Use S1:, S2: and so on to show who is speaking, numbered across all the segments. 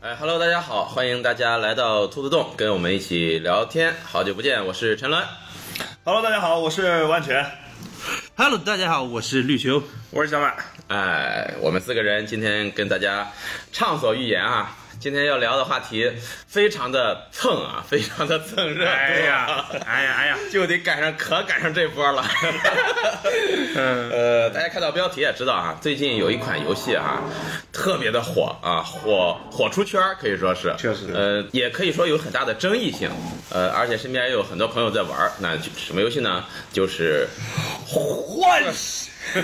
S1: 哎，Hello，大家好，欢迎大家来到兔子洞，跟我们一起聊天。好久不见，我是陈伦，
S2: Hello，大家好，我是万全，
S3: Hello，大家好，我是绿球。
S2: 我是小马。
S1: 哎，我们四个人今天跟大家畅所欲言啊。今天要聊的话题非常的蹭啊，非常的蹭热度、啊
S2: 哎 呀，哎呀，哎呀，
S1: 就得赶上，可赶上这波了。
S2: 嗯
S1: 呃，大家看到标题也知道啊，最近有一款游戏啊，特别的火啊，火火出圈儿可以说是，
S2: 确实
S1: 呃，也可以说有很大的争议性，呃，而且身边也有很多朋友在玩儿。那就什么游戏呢？就是
S2: 幻兽，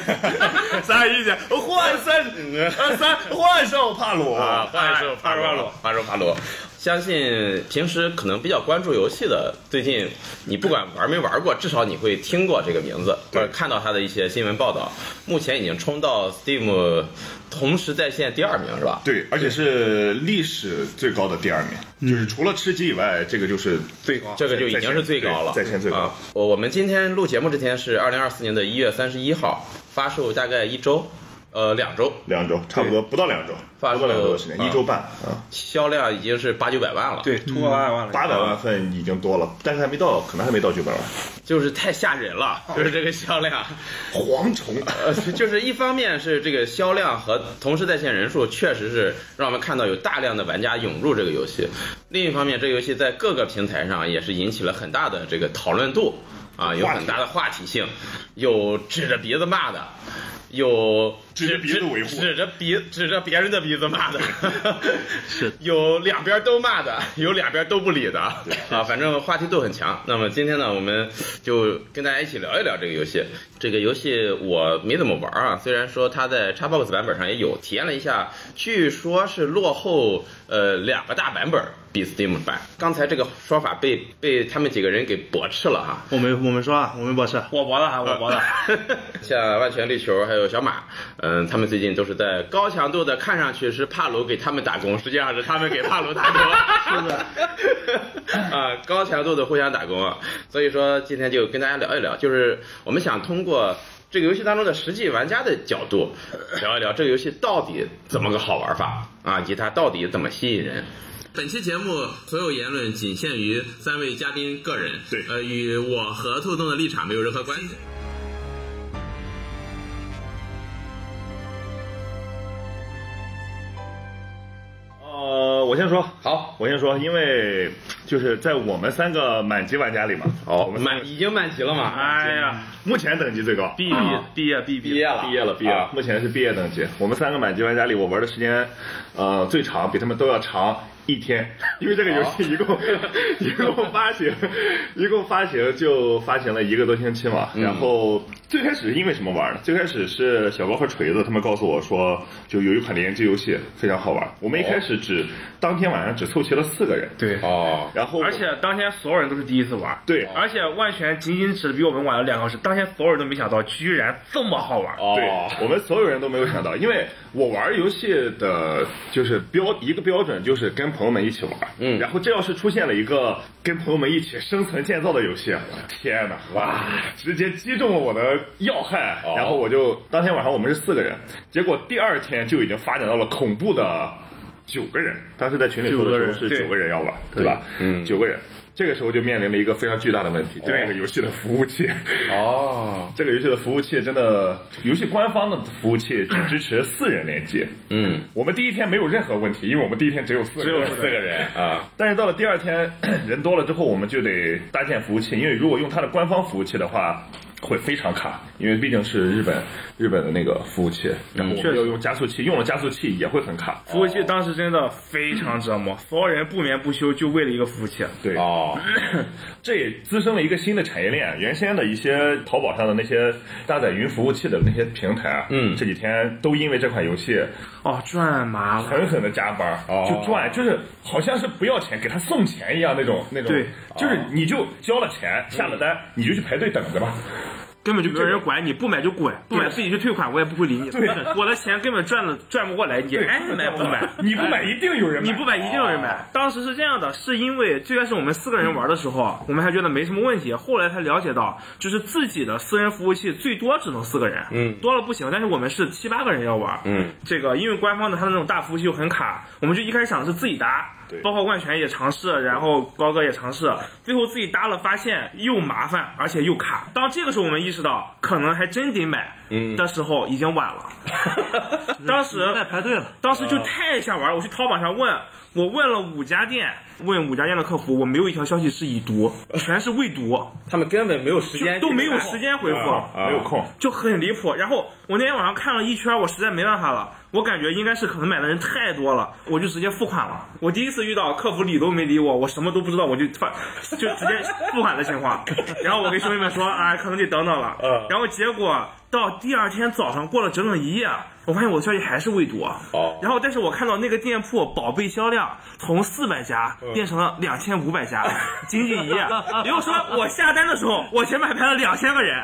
S2: 三二一姐，幻 身，呃三幻兽帕鲁哎
S1: 啊，幻兽帕
S2: 帕
S1: 鲁
S2: 鲁，，
S1: 幻兽帕鲁。相信平时可能比较关注游戏的，最近你不管玩没玩过，至少你会听过这个名字，或者看到它的一些新闻报道。目前已经冲到 Steam 同时在线第二名，是吧？
S4: 对，而且是历史最高的第二名，
S3: 嗯
S4: 就是除了吃鸡以外，这个就是最高，
S1: 这个就已经是最高了，
S4: 在线最
S1: 啊
S4: 高。
S1: 我我们今天录节目这天是二零二四年的一月三十一号，发售大概一周，呃，两周，
S4: 两周，差不多不到两周，
S1: 发
S4: 不到两周的时
S1: 布
S4: 间，一周半啊，
S1: 销量已经是八九百万了，
S3: 对，突破八百万了，
S4: 八百万份已经多了，但是还没到，可能还没到九百万。
S1: 就是太吓人了，就是这个销量。
S4: 蝗虫，
S1: 呃，就是一方面是这个销量和同时在线人数，确实是让我们看到有大量的玩家涌入这个游戏；另一方面，这个游戏在各个平台上也是引起了很大的这个讨论度，啊，有很大的话题性，有指着鼻子骂的，有
S4: 指着鼻子维护
S1: 指着鼻指着别人的鼻子骂的，
S3: 是
S1: 有两边都骂的，有两边都不理的啊，反正话题度很强。那么今天呢，我们就跟大家一起聊一聊这个游戏。这个游戏我没怎么玩啊，虽然说它在 Xbox 版本上也有，体验了一下，据说是落后呃两个大版本比 Steam 版。刚才这个说法被被他们几个人给驳斥了哈。
S3: 我们我们说啊，我们博士，
S2: 我博了哈，我博 了。
S1: 像万全绿球还有小马，嗯，他们最近都是在高强度的，看上去是帕鲁给他们打工，实际上是他们给帕鲁打 工。是的， 啊，高强度的互相打工啊。所以说今天就跟大家聊一聊，就是我们想通过。这个游戏当中的实际玩家的角度，聊一聊这个游戏到底怎么个好玩法啊，以及它到底怎么吸引人。本期节目所有言论仅限于三位嘉宾个人，
S4: 对
S1: 呃，与我和兔洞的立场没有任何关系。
S4: 呃，我先说，
S1: 好，
S4: 我先说，因为就是在我们三个满级玩家里嘛，
S1: 哦，
S4: 我们三
S1: 满
S4: 个
S1: 已经满级了嘛？啊
S3: 哎呀，
S4: 目前等级最高，
S3: 毕毕业毕
S1: 毕业了，
S4: 毕业了，毕业
S2: 啊
S4: 了。目前是毕业等级。我们三个满级玩家里，我玩的时间，呃，最长，比他们都要长一天，因为这个游戏 一共一共发行，一共发行就发行了一个多星期嘛。
S2: 嗯
S4: 然后最开始是因为什么玩呢？最开始是小包和锤子他们告诉我说，就有一款联机游戏非常好玩。我们一开始只当天晚上只凑齐了四个人，
S3: 对，
S1: 哦，
S4: 然后
S2: 而且当天所有人都是第一次玩，
S4: 对
S3: 哦
S2: 而且万全仅仅只比我们晚了两个小时，当天所有人都没想到，居然这么好玩。
S1: 哦
S4: 对，我们所有人都没有想到，因为我玩游戏的就是标一个标准就是跟朋友们一起玩，
S1: 嗯
S4: 然后这要是出现了一个跟朋友们一起生存建造的游戏，天哪，哇，直接击中了我的要害，
S1: 哦
S4: 然后我就当天晚上我们是四个人，结果第二天就已经发展到了恐怖的九个人，当时在群里说的时候
S3: 九个人
S4: 是
S2: 对
S4: 九个人要玩，对吧？
S1: 嗯
S4: 九个人，这个时候就面临了一个非常巨大的问题，就是
S2: 对
S4: 这个游戏的服务器。
S1: 哦，
S4: 这个游戏的服务器真的，游戏官方的服务器只支持四人联机。
S1: 嗯，
S4: 我们第一天没有任何问题，因为我们第一天只有四个人，
S1: 四个人啊，
S4: 但是到了第二天 人多了之后，我们就得搭建服务器，因为如果用它的官方服务器的话，会非常卡，因为毕竟是日本日本的那个服务器，然后我们要用加速器，用了加速器也会很卡。
S2: 服务器当时真的非常折磨，所有人不眠不休，就为了一个服务器。
S4: 对，
S1: 哦，
S4: 这也滋生了一个新的产业链。原先的一些淘宝上的那些搭载云服务器的那些平台，啊
S1: 嗯
S4: 这几天都因为这款游戏
S2: 哦，赚麻了。
S4: 狠狠的加班儿，
S1: 哦
S4: 就赚，就是好像是不要钱，给他送钱一样那种那种，
S2: 对
S4: 就是你就交了钱下了单，你就去排队等着吧。
S5: 根本就没有人管你，不买就滚，不买自己去退款，我也不会理你。我的钱根本赚了赚不过来，你爱买不 买？
S6: 你不买
S5: 哎
S6: 一定有人买，
S5: 你不买一定有人买。当时是这样的，是因为最开始我们四个人玩的时候，我们还觉得没什么问题，后来才了解到，就是自己的私人服务器最多只能四个人，
S1: 嗯
S5: 多了不行。但是我们是七八个人要玩，
S1: 嗯，
S5: 这个因为官方的它的那种大服务器又很卡，我们就一开始想的是自己搭
S4: 对，
S5: 包括万全也尝试，然后高哥也尝试，最后自己搭了发现又麻烦，而且又卡。当这个时候我们意识到可能还真得买，
S1: 嗯
S5: 的时候已经晚了。 当时
S3: 在排队了，
S5: 当时
S1: 啊
S5: 就太想玩，了，我去淘宝上问，我问了五家店，问五家店的客服，我没有一条消息是已读，全是未读，
S1: 他们根本没有时
S5: 就
S1: 间，啊
S5: 都没有时。间回
S4: 啊
S5: 复，
S4: 没有空，
S5: 就很离谱。然后我那天晚上看了一圈，我实在没办法了，我感觉应该是可能买的人太多了，我就直接付款了。我第一次遇到客服理都没理我，我什么都不知道，我就发就直接付款的情况。然后我跟兄弟们说啊，可能得等等了。然后结果到第二天早上过了整整一夜，我发现我的消息还是未读。
S1: 哦，
S5: 然后，但是我看到那个店铺宝贝销量从四百家变成了两千五百家，仅仅一夜。也就是说，我下单的时候，我前面还排了两千个人，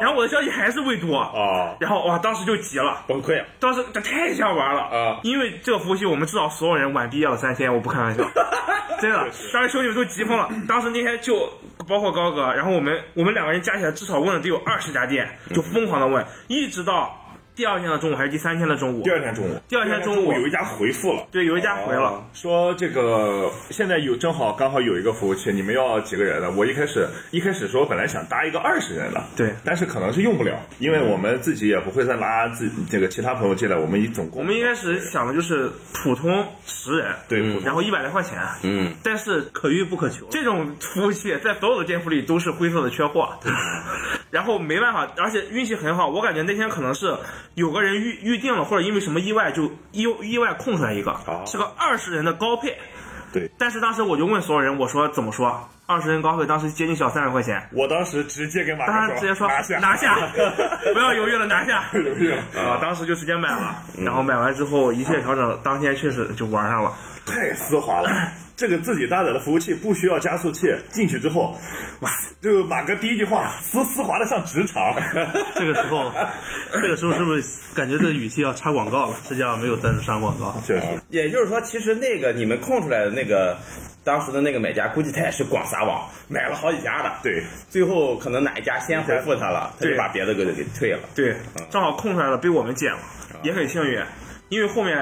S5: 然后我的消息还是未读。
S1: 哦，
S5: 然后哇，当时就急了，
S1: 崩
S4: 啊
S1: 溃了。
S5: 当时这太想玩了
S1: 啊
S5: 因为这个服务器，我们至少所有人晚毕业了三天，我不开玩笑， 真的，当时兄弟们都急疯了。当时那天就包括高哥，然后我们我们两个人加起来至少问了得有二十家店，就疯狂的问，一直到第二天的中午还是第三天的中午
S4: 第，二天中午，
S5: 第二天中午
S4: 有一家回复了。
S5: 对，有一家回
S1: 哦
S5: 了。
S4: 说这个现在有正好刚好有一个服务器，你们要几个人啊的？我一开始一开始说本来想搭一个二十人的，
S5: 对
S4: 但是可能是用不了，因为我们自己也不会再拉自这个其他朋友进来，我们一总共
S5: 我们一开始想的就是普通十人，
S4: 对普通
S5: 然后一百来块钱，啊
S1: 嗯，
S5: 但是
S3: 可遇不可求了。
S5: 这种服务器在所有的店铺里都是灰色的缺货， 然后没办法，而且运气很好，我感觉那天可能是有个人预预定了，或者因为什么意外就意意外空出来一个，是个二十人的高配，
S4: 对，
S5: 但是当时我就问所有人，我说怎么说？二十人高配当时接近小三百块钱，
S4: 我当时直接给马
S5: 当
S4: 哥
S5: 啊时直接说
S4: 拿下
S5: 拿下 不 要犹豫了，嗯拿下。
S4: 有没有？
S5: 啊，当时就直接买了，然后买完之后一切调整，当天确实就玩上了。
S4: 太丝滑了。这个自己搭载的服务器不需要加速器，进去之后，哇，这个马哥第一句话丝丝滑的像直 肠，
S3: 这个时候，这个时候是不是感觉这语气要插广告了？实际上没有在这插广告。
S4: 确实
S1: 也就是说，其实那个你们空出来的那个当时的那个买家，估计他也是广撒网，买了好几家的。，
S4: 对。
S1: 最后可能哪一家先回复他了，他就把别的给给退了。
S5: 对，
S3: 啊
S5: 正好空出来了，被我们捡了，也很幸运。因为后面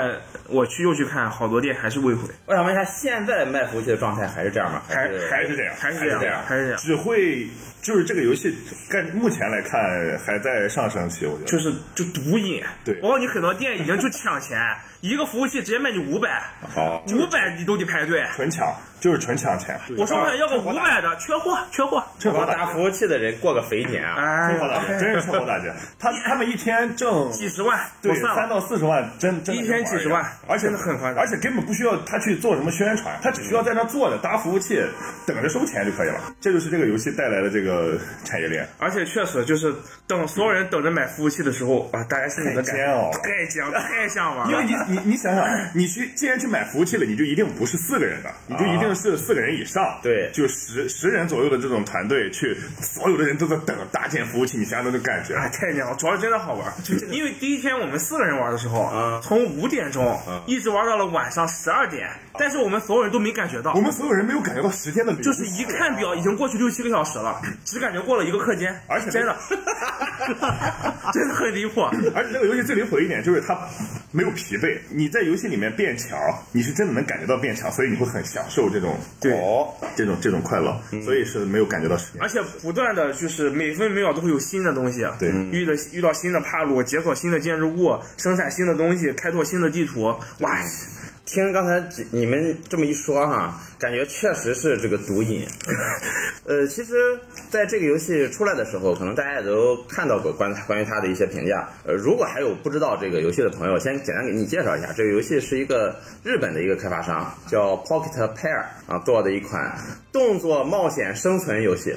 S5: 我去又去看，好多店还是未回，
S1: 我想问一下，现在卖服务器的状态还是这样吗？
S5: 还
S1: 是
S4: 还是这样，
S5: 还是这
S4: 还是
S5: 样
S4: 这样，
S5: 还是这样
S4: 只会就是这个游戏，干目前来看还在上升期，我觉
S5: 就
S4: 得。
S5: 是就毒瘾。
S4: 对
S5: 包括你很多店已经就抢钱，一个服务器直接卖你五百，
S3: 啊
S4: 好，
S5: 五百你都得排队。
S4: 纯抢就是纯抢钱，
S5: 我说我想要个五百
S3: 啊
S5: 的，缺货，缺货。
S4: 趁火
S1: 光
S4: 打
S1: 打
S4: 劫，
S1: 服务器的人过个肥年啊！
S5: 哎
S4: 趁，火打劫，真是趁火打劫。他他们一天挣
S5: 几十万，
S4: 对
S5: 我算
S4: 三
S5: 了，
S4: 到四十万，真真的
S5: 一天几十万
S4: 而且
S5: 真的很夸张
S4: 而且根本不需要他去做什么宣传，他只需要在那坐着搭服务器，等着收钱就可以了。这就是这个游戏带来的这个产业链。
S5: 而且确实就是等所有人等着买服务器的时候啊，大家心里的
S4: 太
S5: 感
S4: 煎熬了
S5: 太煎熬，太想玩
S4: 因为
S5: 了。
S4: 你你你想想，你去既然去买服务器了，你就一定不是四个人的，你就一定是四个人以上，
S1: 对
S4: 就十十人左右的这种团队去，所有的人都在等搭建服务器，你想想那种感觉。
S5: 啊，太牛了！主要是真的 好玩，因为第一天我们四个人玩的时
S4: 嗯
S5: 候，从五点钟一直玩到了晚上十二点，但是我们所有人都没感觉到
S4: 我，们所有人没有感觉到时间的流逝，
S5: 就是一看表已经过去六七个小时了，只感觉过了一个课间，
S4: 而且
S5: 真的， 真的很离谱。啊
S4: 而且这个游戏最离谱的一点就是它没有疲惫，你在游戏里面变强，你是真的能感觉到变强，所以你会很享受这种
S5: 对
S4: 哦这种这种快乐，所以是没有感觉到时间
S5: 而。且不断的就是每分每秒都会有新的东西，啊
S4: 对
S5: 遇到遇到新的帕鲁，解锁新的建筑物，生产新的东西，开拓新的地图，哇！
S1: 听刚才几你们这么一说哈，感觉确实是这个毒瘾。 呃，其实在这个游戏出来的时候，可能大家也都看到过关关于它的一些评价。呃，如果还有不知道这个游戏的朋友，先简单给你介绍一下，这个游戏是一个日本的一个开发商叫 Pocket Pair 啊做的一款动作冒险生存游 戏。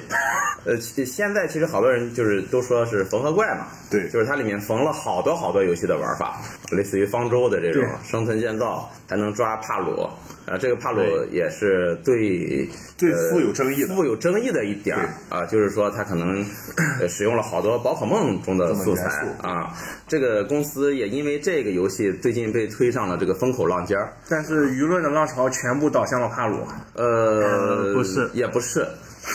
S1: 呃，其现在其实好多人就是都说是缝合怪嘛，
S4: 对
S1: 就是它里面缝了好多好多游戏的玩法，类似于方舟的这种生存建造，还能抓帕鲁，
S7: 啊，这个帕鲁也是最
S4: 最
S7: 呃
S4: 富有争议的
S7: 富有争议的一点儿啊，就是说他可能呃使用了好多宝可梦中的素材
S4: 这么元
S7: 啊。这个公司也因为这个游戏最近被推上了这个风口浪尖儿。
S5: 但是舆论的浪潮全部倒向了啊帕鲁，
S7: 呃，
S3: 呃不是
S7: 也不是，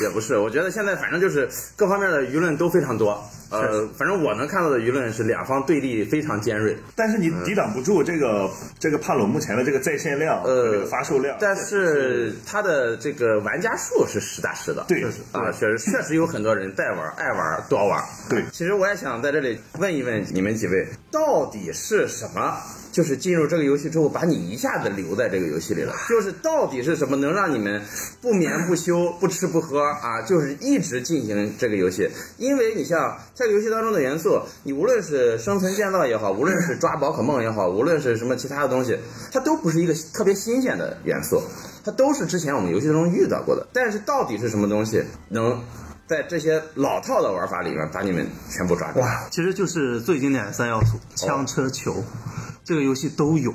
S7: 也不是。我觉得现在反正就是各方面的舆论都非常多。呃，反正我能看到的舆论是两方对立非常尖锐，
S4: 但是你抵挡不住这个这个帕鲁目前的这个在线量、
S7: 呃
S4: 这个发售量，
S7: 但是它的这个玩家数是实打实的。
S4: 对
S7: 啊，确实确实有很多人在玩、爱玩、多玩。
S4: 对
S7: 其实我也想在这里问一问你们几位，到底是什么？就是进入这个游戏之后，把你一下子留在这个游戏里了。就是到底是什么能让你们不眠不休、不吃不喝啊？就是一直进行这个游戏。因为你像这个游戏当中的元素，你无论是生存建造也好，无论是抓宝可梦也好，无论是什么其他的东西，它都不是一个特别新鲜的元素，它都是之前我们游戏中遇到过的。但是到底是什么东西能在这些老套的玩法里面把你们全部抓住？
S3: 其实就是最经典的三要素：
S2: 哦
S3: 枪、车、球，这个游戏都 有。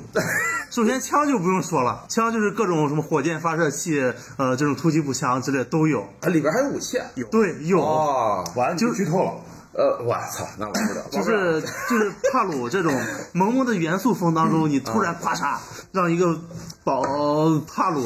S3: 首先枪就不用说了，枪就是各种什么火箭发射器，呃，这种突击步枪之类都有。
S7: 它里边还有武器啊，有
S3: 对，有。
S7: 哦，
S4: 完了就
S3: 就
S4: 剧透了。
S7: 呃，我操，那玩不了，
S3: 就
S7: 玩不了
S3: 是就是帕鲁这种萌萌的元素风当
S7: 嗯
S3: 中，你突然咔嚓让一个宝帕 鲁，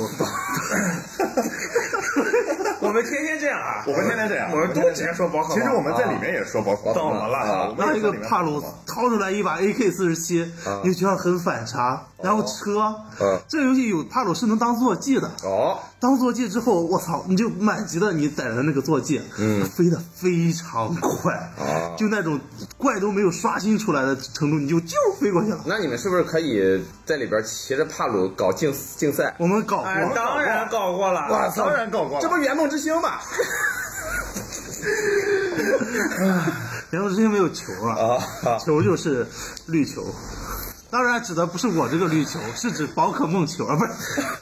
S7: 我们天天这样啊，
S4: 我们天天这样，
S7: 我们都直接说宝可梦
S4: 其实我们在里面也说宝可梦，
S7: 宝可梦啊
S4: 我们
S3: 让
S4: 也
S3: 一
S4: 说
S3: 个
S4: 里面
S3: 帕鲁掏出来一把 AK 四十七，你就觉得很反差。然后车
S7: 哦嗯，
S3: 这个游戏有帕鲁是能当坐骑的，
S7: 哦，
S3: 当坐骑之后，我操，你就满级的，你逮着那个坐骑，嗯，飞得非常快，
S7: 哦
S3: 就那种怪都没有刷新出来的程度，你就就飞过去了。
S7: 那你们是不是可以在里边骑着帕鲁搞竞竞赛？
S3: 我们搞过，
S5: 哎，当然搞过了。
S7: 我操，
S4: 当然搞过了
S7: 这不圆梦之星吗？
S3: 然后之前没有球啊，球就是绿球。当然指的不是我这个绿球，是指宝可梦球啊，不是，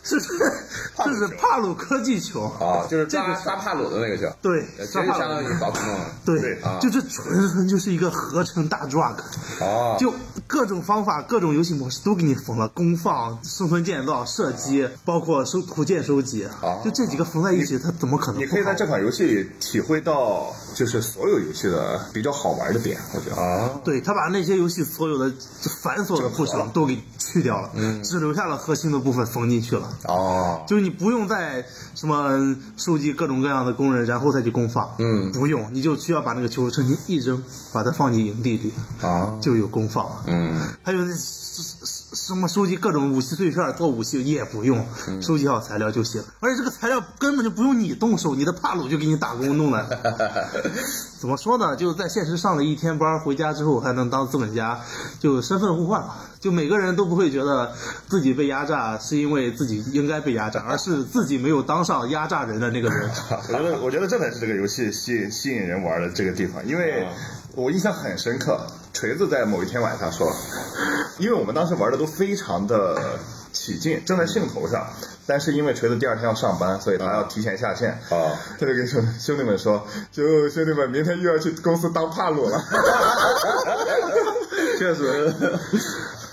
S3: 是指是指帕鲁科技球
S4: 哦
S7: 啊，就是
S3: 这
S7: 抓
S3: 个是
S7: 抓帕鲁的那个球，
S3: 对
S7: 呃，其
S3: 抓
S7: 实
S3: 帕
S7: 相
S3: 鲁
S7: 当于宝可梦。
S3: 对
S7: 啊，
S3: 就这纯纯就是一个合成大 drug，
S4: 啊
S7: 哦
S3: 就各种方法、各种游戏模式都给你缝了，功放、生存建造、射击，包括收图鉴收集
S7: 哦，
S3: 就这几个缝在一起，它怎么可能
S4: 啊你
S3: 不
S4: 可以在
S3: 好？
S4: 这款游戏里体会到，就是所有游戏的比较好玩的点，我觉得。啊，
S3: 对他把那些游戏所有的繁琐的步骤都给去掉了，
S4: 嗯
S3: 只留下了核心的部分缝进去了。
S7: 哦，
S3: 就是你不用再什么收集各种各样的工人，然后再去公放。
S7: 嗯
S3: 不用，你就需要把那个球趁机一扔，把它放进营地里，
S7: 啊
S3: 就有公放了。
S7: 嗯，
S3: 还有那什么收集各种武器碎片做武器也不用，
S5: 嗯
S3: 收集好材料就行。而且这个材料根本就不用你动手，你的帕鲁就给你打工弄 来了。怎么说呢？就在现实上了一天班，回家之后还能当资本家，就身份互换了。就每个人都不会觉得自己被压榨是因为自己应该被 压榨，而是自己没有当上压榨人的那个人。
S4: 我觉 得，我觉得这才是这个游戏吸引吸引人玩的这个地方，因为
S1: 嗯
S4: 我印象很深刻，锤子在某一天晚上说，因为我们当时玩的都非常的起劲，正在兴头上，但是因为锤子第二天要上班，所以他要提前下线，
S1: 嗯
S7: 哦
S4: 他就跟兄兄弟们说，就兄弟们，明天又要去公司当帕 鲁了，确实，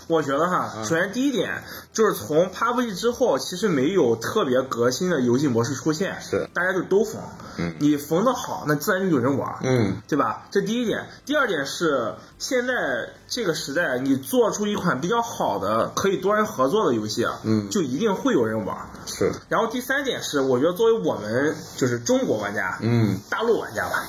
S5: 我觉得
S7: 嗯
S5: 哈，首先第一点就是从 PUBG 之后，其实没有特别革新的游戏模式出现，
S7: 是
S5: 大家就都缝，嗯，你缝的好，那自然就有人玩，
S7: 嗯，
S5: 对吧？这第一点，第二点是现在这个时代，你做出一款比较好的可以多人合作的游戏，嗯，就一定会有人玩。
S7: 是，
S5: 然后第三点是，我觉得作为我们就是中国玩家，
S7: 嗯，
S5: 大陆玩家吧，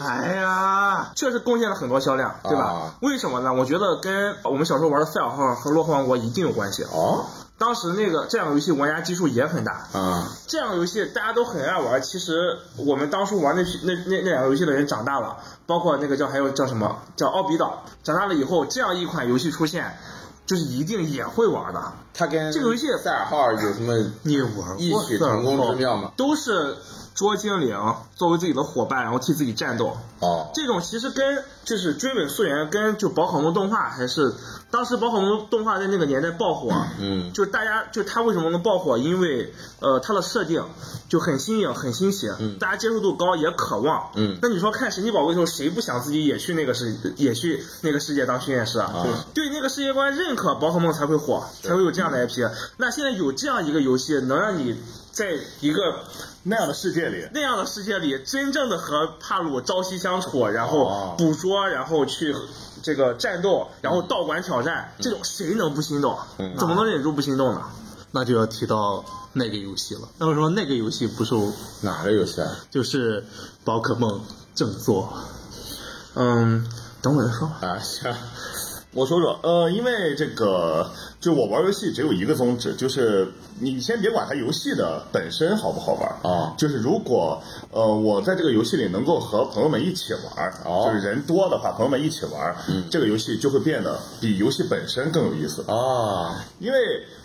S3: 哎呀，
S5: 确实贡献了很多销量，对吧？
S7: 啊
S5: 为什么呢？我觉得跟我们小时候玩的《赛尔号》和《洛克王国》一定有关系。
S7: 哦，
S5: 当时那个这两个游戏玩家基数也很大，
S7: 啊，
S5: 这两个游戏大家都很爱玩。其实我们当初玩那那那那两个游戏的人长大了，包括那个叫还有叫什么叫奥比岛，长大了以后，这样一款游戏出现，就是一定也会玩的。
S7: 它跟
S5: 这个游戏
S7: 赛尔号有 什么
S3: 你玩
S7: 异
S3: 过
S7: 曲同工之妙吗？
S5: 都是捉精灵作为自己的伙伴，然后替自己战斗。
S7: 哦，
S5: 这种其实跟就是追本溯源，跟就宝可梦动画还是当时宝可梦动画在那个年代爆火，
S7: 嗯
S5: 就是大家就它为什么能爆火，因为呃它的设定就很新颖、很新奇，
S7: 嗯
S5: 大家接受度高，也渴望，
S7: 嗯
S5: 那你说看神奇宝
S7: 啊
S5: 贝的时候，谁不想自己也去那个世，也去那个世界当训练师啊？对那个世界观认可宝可梦才会火，才会有这样的 IP。那现在有这样一个游戏，能让你在一个
S4: 那样的世界里，
S5: 那样的世界里，真正的和帕鲁朝夕相处，然
S7: 哦
S5: 后捕捉，然后去这个战
S7: 嗯
S5: 斗，然后道馆挑战，这种谁能不心动？怎么能忍住不心动呢？
S7: 那就要提到那个游戏了。那为什么那个游戏不受？
S1: 哪个游戏啊？
S7: 就是宝可梦正作。嗯，等我再说吧。
S1: 啊，行，
S4: 我说说，呃，因为这个，就我玩游戏只有一个宗旨，就是你先别管它游戏的本身好不好玩
S1: 啊
S4: 就是如果呃我在这个游戏里能够和朋友们一起玩，
S1: 哦嗯
S4: 就是人多的话，朋友们一起玩，这个游戏就会变得比游戏本身更有意思，
S1: 啊，
S4: 因为。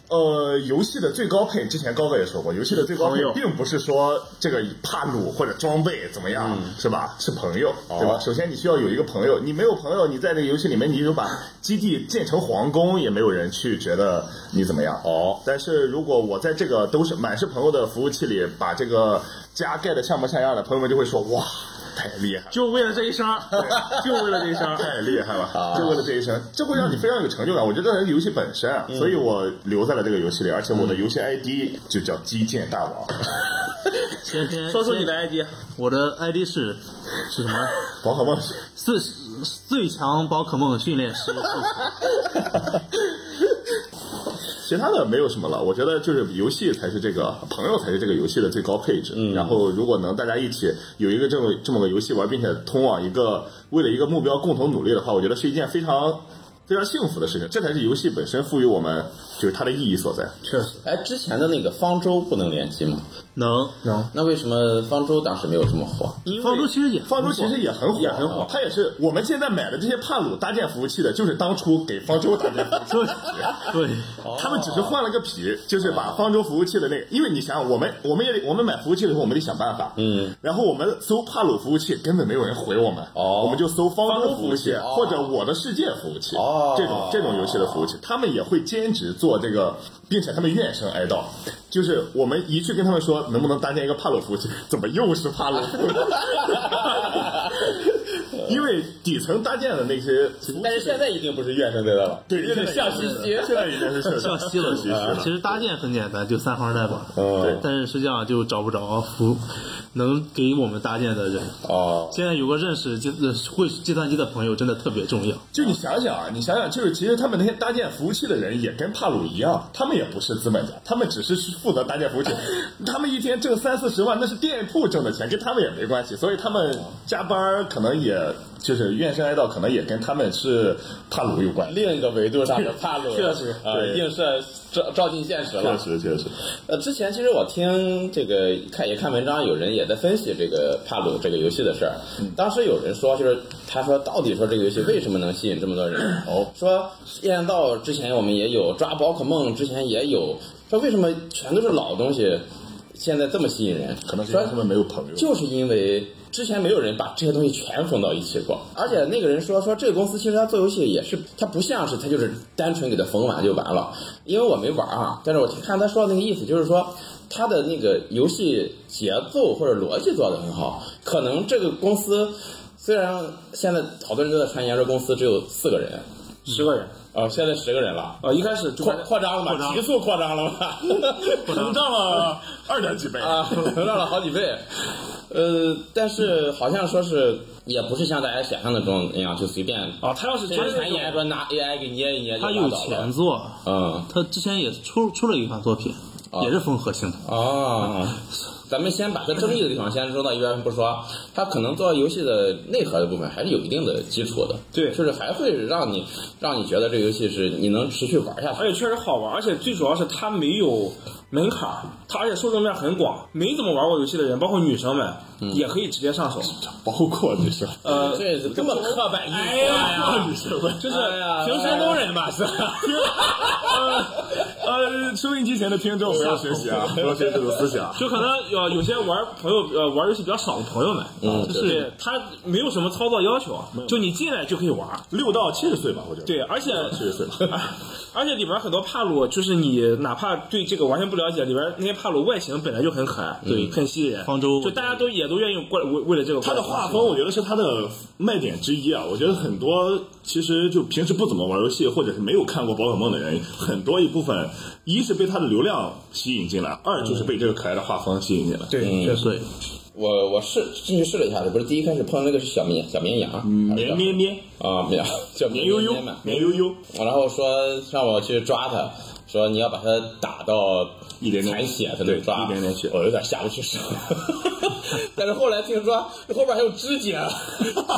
S4: 呃，游戏的最高配，之前高哥也说过，游戏的最高
S5: 朋
S4: 配
S5: 友
S4: 并不是说这个帕鲁或者装备怎么样，是吧？是朋友，对吧？
S1: 哦
S4: 首先你需要有一个朋友，你没有朋友，你在这个游戏里面，你就把基地建成皇宫，也没有人去觉得你怎么样。
S1: 哦，
S4: 但是如果我在这个都是满是朋友的服务器里，把这个家盖的像模像样的，朋友们就会说哇，太厉害了。
S5: 就为了这一声， 就为了这一啊声。
S4: 太厉害了！就为了这一声，这会让你非常有成
S5: 嗯
S4: 就感。我觉得这是游戏本身，啊所以我留在了这个游戏里，而且我
S5: 嗯
S4: 的游戏 ID 就叫《击剑大王》。
S7: 前天
S5: 说出你的 ID，
S7: 我的 ID 是是什么？
S4: 宝可梦
S7: 最最强宝可梦训练师。
S4: 其他的没有什么了，我觉得就是游戏才是这个朋友才是这个游戏的最高配置。
S7: 嗯
S4: 然后如果能大家一起有一个这么这么个游戏玩，并且通往一个为了一个目标共同努力的话，我觉得是一件非常非常幸福的事情。这才是游戏本身赋予我们就是它的意义所在。
S1: 哎，之前的那个方舟不能联机吗？
S7: 能能，
S1: 那为什么方舟当时没有这么火？
S4: 嗯
S7: 方舟其实也很
S4: 方舟其
S7: 火
S4: 实也很火，
S1: 也很火
S4: 它也是我们现在买的这些帕鲁搭建服务器的，就是当初给方舟搭建服务器的。
S7: 对，
S4: 他们只是换了个皮，就是把方舟服务器的那个，因为你想想，我们我们也得我们买服务器的时候，我们得想办法，
S1: 嗯，
S4: 然后我们搜帕鲁服务器，根本没有人回我们，
S1: 哦
S4: 我们就搜方
S1: 方
S4: 舟
S1: 舟
S4: 服
S1: 服
S4: 务
S1: 务
S4: 器
S1: 器哦
S4: 或者我的世界服务器，
S1: 哦
S4: 这种这种游戏的服务器，他们也会兼职做这个，并且他们怨声哀悼，就是我们一去跟他们说能不能搭建一个帕鲁服务器，怎么又是帕鲁 服务器？因为底层搭建的那些服务器
S1: 但是现在一定不是怨声载道了，
S4: 对，
S1: 一定是笑嘻嘻。
S4: 现在已经是
S7: 笑
S4: 笑
S7: 稀了。
S4: 嘻了。
S7: 呃其实搭建很简单，就三行代码。
S1: 对
S7: 但是实际上就找不着服能给我们搭建的人。
S1: 哦，
S7: 现在有个认识计呃会计算机的朋友真的特别重要。
S4: 就你想想啊，你想想，就是其实他们那些搭建服务器的人也跟帕鲁一样，他们也不是资本家，他们只是负责搭建服务器， 他们一天挣三四十万，那是店铺挣的钱，跟他们也没关系，所以他们加班儿可能也就是怨声哀悼，可能也跟他们是帕鲁有关。
S1: 另一个维度上的帕鲁，
S4: 确实
S1: 呃，
S4: 对
S1: 映射照照进现实了。
S4: 实，确实，
S1: 呃，之前其实我听这个看也看文章，有人也在分析这个帕鲁这个游戏的事儿。当时有人说，就是他说到底说这个游戏为什么能吸引这么多人？ 哦，说剑道之前我们也有，抓宝可梦之前也有，说为什么全都是老东西，现在这么吸引人？
S4: 可能是因
S1: 说
S4: 为他们没有 朋友。
S1: 就是因为之前没有人把这些东西全缝到一起过，而且那个人说说这个公司其实他做游戏也是，他不像是他就是单纯给他缝完就完了，因为我没玩啊，但是我看他说的那个意思就是说。他的那个游戏节奏或者逻辑做得很好，可能这个公司虽然现在好多人都在传言说公司只有四个人，
S5: 十个人。
S1: 哦，现在十个人了，
S5: 呃，一开始就
S1: 扩扩张了吧？急速扩张了吧？
S4: 膨胀 了二点几倍
S1: 啊，膨胀了好几倍。呃，但是好像说是也不是像大家想象的中那样，就随便
S5: 啊，他要是
S1: 谁
S5: 真的
S1: 传言说拿 AI 给捏一捏就
S7: 他
S1: 拉
S7: 有
S1: 倒
S7: 前
S1: 了。
S7: 作，
S1: 嗯
S7: 他之前也出出了一款作品，也是缝合性的。
S1: 啊，咱们先把这争议的地方先扔到一边不说，它可能做游戏的内核的部分还是有一定的基础的，
S5: 对
S1: 就是还会让你让你觉得这个游戏是你能持续玩下去
S5: 而且确实好玩，而且最主要是它没有门槛儿，它而且受众面很广，没怎么玩过游戏的人，包括女生们，
S7: 嗯
S5: 也可以直接上手。
S4: 包括你说，
S5: 呃，
S1: 这是这么刻板印象
S5: 哎呀
S1: 呀，，
S5: 就是
S1: 哎呀
S5: 平山东人吧，呃是吧？
S4: 呃，收音机前的听众不要学习啊，不要学这种思想。
S5: 就可能有个有些玩朋友呃玩游戏比较少的朋友们，啊
S7: 嗯
S5: 就是他没有什么操作要求，啊就你进来就可以玩。
S4: 六到七十岁吧，我觉得。
S5: 对，而且
S4: 是是
S5: 而且里边很多帕鲁，就是你哪怕对这个完全不了解，里边那些帕鲁外形本来就很可爱，对，很吸引人。
S3: 方舟
S5: 就大家都也都愿意过来为为了这个过
S4: 他的
S5: 来玩。
S4: 画风，我觉得是他的卖点之一啊。我觉得很多其实就平时不怎么玩游戏，或者是没有看过宝可梦的人，很多一部分，一是被他的流量吸引进来，二就是被这个可爱的画风吸引进来。对，
S1: 嗯
S3: 确实，
S7: 我我试进去试了一下子，不是第一开始碰到那个是小绵小嗯绵羊，还是
S4: 绵
S7: 叫
S4: 绵绵，
S7: 啊绵叫
S4: 绵
S7: 绵
S4: 悠悠
S7: 绵嘛，
S4: 绵悠悠，
S7: 然后说让我去抓他，说你要把他打到
S4: 一点点
S7: 残血才
S4: 对
S7: 能抓，
S4: 一点点血
S7: 我有点下不去手。 但是后来听说后边还有肢解，